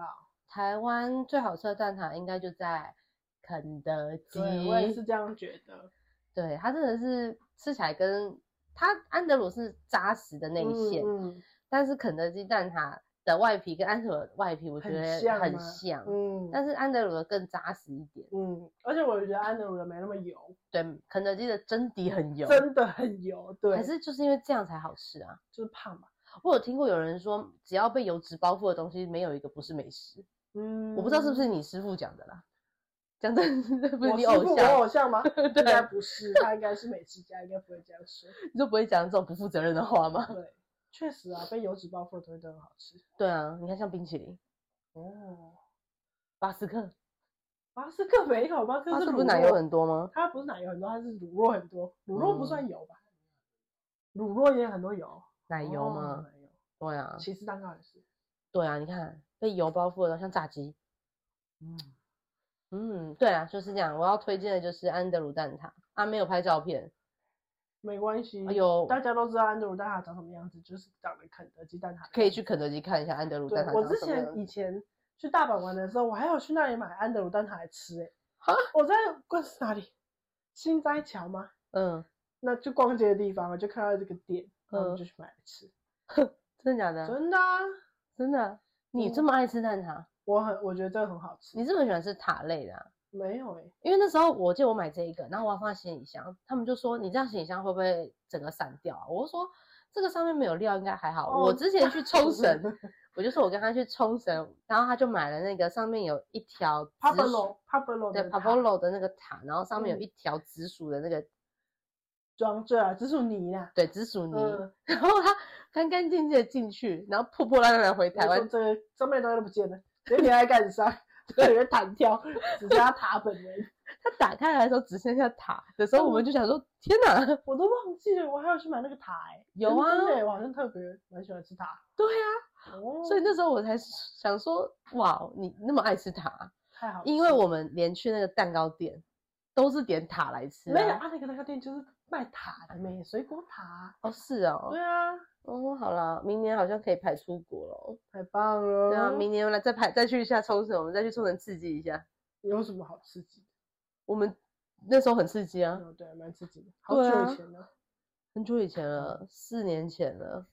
[SPEAKER 2] 台湾最好吃的蛋挞应该就在肯德基，
[SPEAKER 1] 对我也是这样觉得。
[SPEAKER 2] 对，它真的是吃起来跟它安德鲁是扎实的内
[SPEAKER 1] 嗯
[SPEAKER 2] 馅，
[SPEAKER 1] 嗯
[SPEAKER 2] 但是肯德基蛋挞的外皮跟安德鲁的外皮我觉
[SPEAKER 1] 很
[SPEAKER 2] 得
[SPEAKER 1] 像
[SPEAKER 2] 很
[SPEAKER 1] 吗
[SPEAKER 2] 像，
[SPEAKER 1] 嗯，
[SPEAKER 2] 但是安德鲁的更扎实一点。
[SPEAKER 1] 嗯，而且我觉得安德鲁的没那么油，
[SPEAKER 2] 对，肯德基的真底很油，
[SPEAKER 1] 真的很油，对，
[SPEAKER 2] 可是就是因为这样才好吃啊。
[SPEAKER 1] 就是胖吧。
[SPEAKER 2] 我有听过有人说，只要被油脂包覆的东西，没有一个不是美食。
[SPEAKER 1] 嗯
[SPEAKER 2] 我不知道是不是你师傅讲的啦，讲真的， [laughs] 不是
[SPEAKER 1] 我
[SPEAKER 2] 你
[SPEAKER 1] 师傅
[SPEAKER 2] 偶
[SPEAKER 1] 我
[SPEAKER 2] 像，
[SPEAKER 1] 偶像吗？应
[SPEAKER 2] 对
[SPEAKER 1] 该不是，他应该是美食家，应该不会这样说。
[SPEAKER 2] 你就不会讲这种不负责任的话吗？
[SPEAKER 1] 对，确实啊，被油脂包覆的东西都很好吃。
[SPEAKER 2] 对啊，你看像冰淇淋、
[SPEAKER 1] 哦，
[SPEAKER 2] 巴斯克，
[SPEAKER 1] 巴斯克没有，巴斯
[SPEAKER 2] 巴
[SPEAKER 1] 克
[SPEAKER 2] 斯
[SPEAKER 1] 是
[SPEAKER 2] 克
[SPEAKER 1] 卤
[SPEAKER 2] 不是奶油
[SPEAKER 1] 肉
[SPEAKER 2] 很多吗？
[SPEAKER 1] 它不是奶油很多，它是乳酪很多，乳酪不
[SPEAKER 2] 嗯
[SPEAKER 1] 算油吧？乳酪也很多油，
[SPEAKER 2] 奶油
[SPEAKER 1] 哦
[SPEAKER 2] 吗？
[SPEAKER 1] 奶油，
[SPEAKER 2] 对啊，
[SPEAKER 1] 起司蛋糕也是。
[SPEAKER 2] 对啊，你看被油包覆的，像炸鸡。
[SPEAKER 1] 嗯，
[SPEAKER 2] 嗯，对啊，就是这样。我要推荐的就是安德鲁蛋挞，啊，没有拍照片，
[SPEAKER 1] 没关系。
[SPEAKER 2] 哎呦
[SPEAKER 1] 大家都知道安德鲁蛋挞长什么样子，就是长得肯德基蛋挞的样子。
[SPEAKER 2] 可以去肯德基看一下安德鲁
[SPEAKER 1] 对
[SPEAKER 2] 蛋挞。
[SPEAKER 1] 我之前以前去大阪玩的时候，我还有去那里买安德鲁蛋挞来吃、欸。
[SPEAKER 2] 哈
[SPEAKER 1] 我在逛是哪里？新斋桥吗？
[SPEAKER 2] 嗯，
[SPEAKER 1] 那就逛街的地方，我就看到这个店，然后我
[SPEAKER 2] 嗯
[SPEAKER 1] 就去买来吃。
[SPEAKER 2] 真的假的？
[SPEAKER 1] 真的、啊，
[SPEAKER 2] 真的？你这么爱吃蛋挞？
[SPEAKER 1] 我很我觉得这个很好吃。
[SPEAKER 2] 你是不是很喜欢吃塔类的啊、
[SPEAKER 1] 没有哎、欸，
[SPEAKER 2] 因为那时候我记得我买这一个，然后我要放在行李箱，他们就说你这样行李箱会不会整个散掉啊？我就说这个上面没有料，应该还好。我
[SPEAKER 1] 哦
[SPEAKER 2] 之前去冲
[SPEAKER 1] [laughs]
[SPEAKER 2] 绳，我就说我跟他去冲绳，然后他就买了那个上面有一条
[SPEAKER 1] p a
[SPEAKER 2] 紫
[SPEAKER 1] p o l
[SPEAKER 2] 薯
[SPEAKER 1] o p a p o l o
[SPEAKER 2] 对
[SPEAKER 1] 的塔
[SPEAKER 2] Papolo 的那个塔，然后上面有
[SPEAKER 1] 嗯
[SPEAKER 2] 一条紫薯的那个
[SPEAKER 1] 装这啊，紫薯泥啦。
[SPEAKER 2] 对紫薯泥，
[SPEAKER 1] 嗯，
[SPEAKER 2] [laughs] 然后他干干净净的进去，然后破破烂烂的回台
[SPEAKER 1] 台
[SPEAKER 2] 湾
[SPEAKER 1] 湾这个上面的东西都不见了，直接粘在杆子 [laughs] 上，对，人弹跳，只剩下塔本 [laughs] 人。
[SPEAKER 2] 他打开来的时候只剩下塔的时候，我
[SPEAKER 1] 嗯
[SPEAKER 2] 们就想说：天
[SPEAKER 1] [laughs]
[SPEAKER 2] 哪！
[SPEAKER 1] 啊我都忘记了，我还要去买那个塔哎、欸。
[SPEAKER 2] 有
[SPEAKER 1] 真
[SPEAKER 2] 啊
[SPEAKER 1] 的欸我好像特别蛮喜欢吃塔。
[SPEAKER 2] 对啊，
[SPEAKER 1] 哦
[SPEAKER 2] 所以那时候我才想说，哇，你那么爱吃塔，
[SPEAKER 1] 太好吃了，
[SPEAKER 2] 因为我们连去那个蛋糕店都是点塔来吃、
[SPEAKER 1] 没有
[SPEAKER 2] 啊。
[SPEAKER 1] 啊，那个那个店就是卖塔的没水果塔，
[SPEAKER 2] 哦，是哦
[SPEAKER 1] 对，啊，
[SPEAKER 2] 哦，好啦，明年好像可以排出国了。
[SPEAKER 1] 太棒了，
[SPEAKER 2] 对啊，明年来再排再去一下冲绳，我们再去冲绳刺激一下。
[SPEAKER 1] 有什么好刺激的？
[SPEAKER 2] 我们那时候很刺激啊，
[SPEAKER 1] 嗯，对，蛮刺激的，好
[SPEAKER 2] 对
[SPEAKER 1] 久
[SPEAKER 2] 啊
[SPEAKER 1] 以前了，
[SPEAKER 2] 很久以前了，四年前了。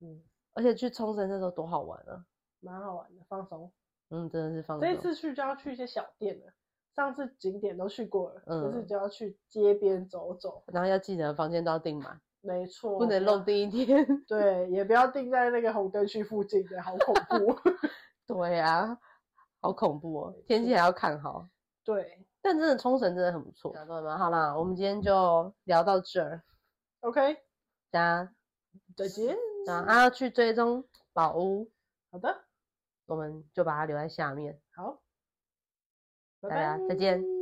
[SPEAKER 1] 嗯，
[SPEAKER 2] 而且去冲绳那时候多好玩啊！
[SPEAKER 1] 蛮好玩的，放松。
[SPEAKER 2] 嗯，真的是放
[SPEAKER 1] 这一
[SPEAKER 2] 松
[SPEAKER 1] 次去就要去一些小店了，上次景点都去过了，这次
[SPEAKER 2] 嗯
[SPEAKER 1] 就要去街边走走。
[SPEAKER 2] 然后要记得房间都要订满，
[SPEAKER 1] 没错，
[SPEAKER 2] 不能
[SPEAKER 1] 要
[SPEAKER 2] 漏。第一天。
[SPEAKER 1] 对，也不要定在那个红灯区附近的，好恐怖。 [laughs]
[SPEAKER 2] 对啊，好恐怖哦！天气还要看好，
[SPEAKER 1] 对
[SPEAKER 2] 但真的冲绳真的很不错。嗯小朋友们，好啦，我们今天就聊到这儿，
[SPEAKER 1] ，OK，
[SPEAKER 2] 大家
[SPEAKER 1] 再见。
[SPEAKER 2] 然后啊去追踪宝屋，
[SPEAKER 1] 好的，
[SPEAKER 2] 我们就把它留在下面。
[SPEAKER 1] 好，拜
[SPEAKER 2] 大家
[SPEAKER 1] 拜
[SPEAKER 2] 再见。
[SPEAKER 1] [laughs]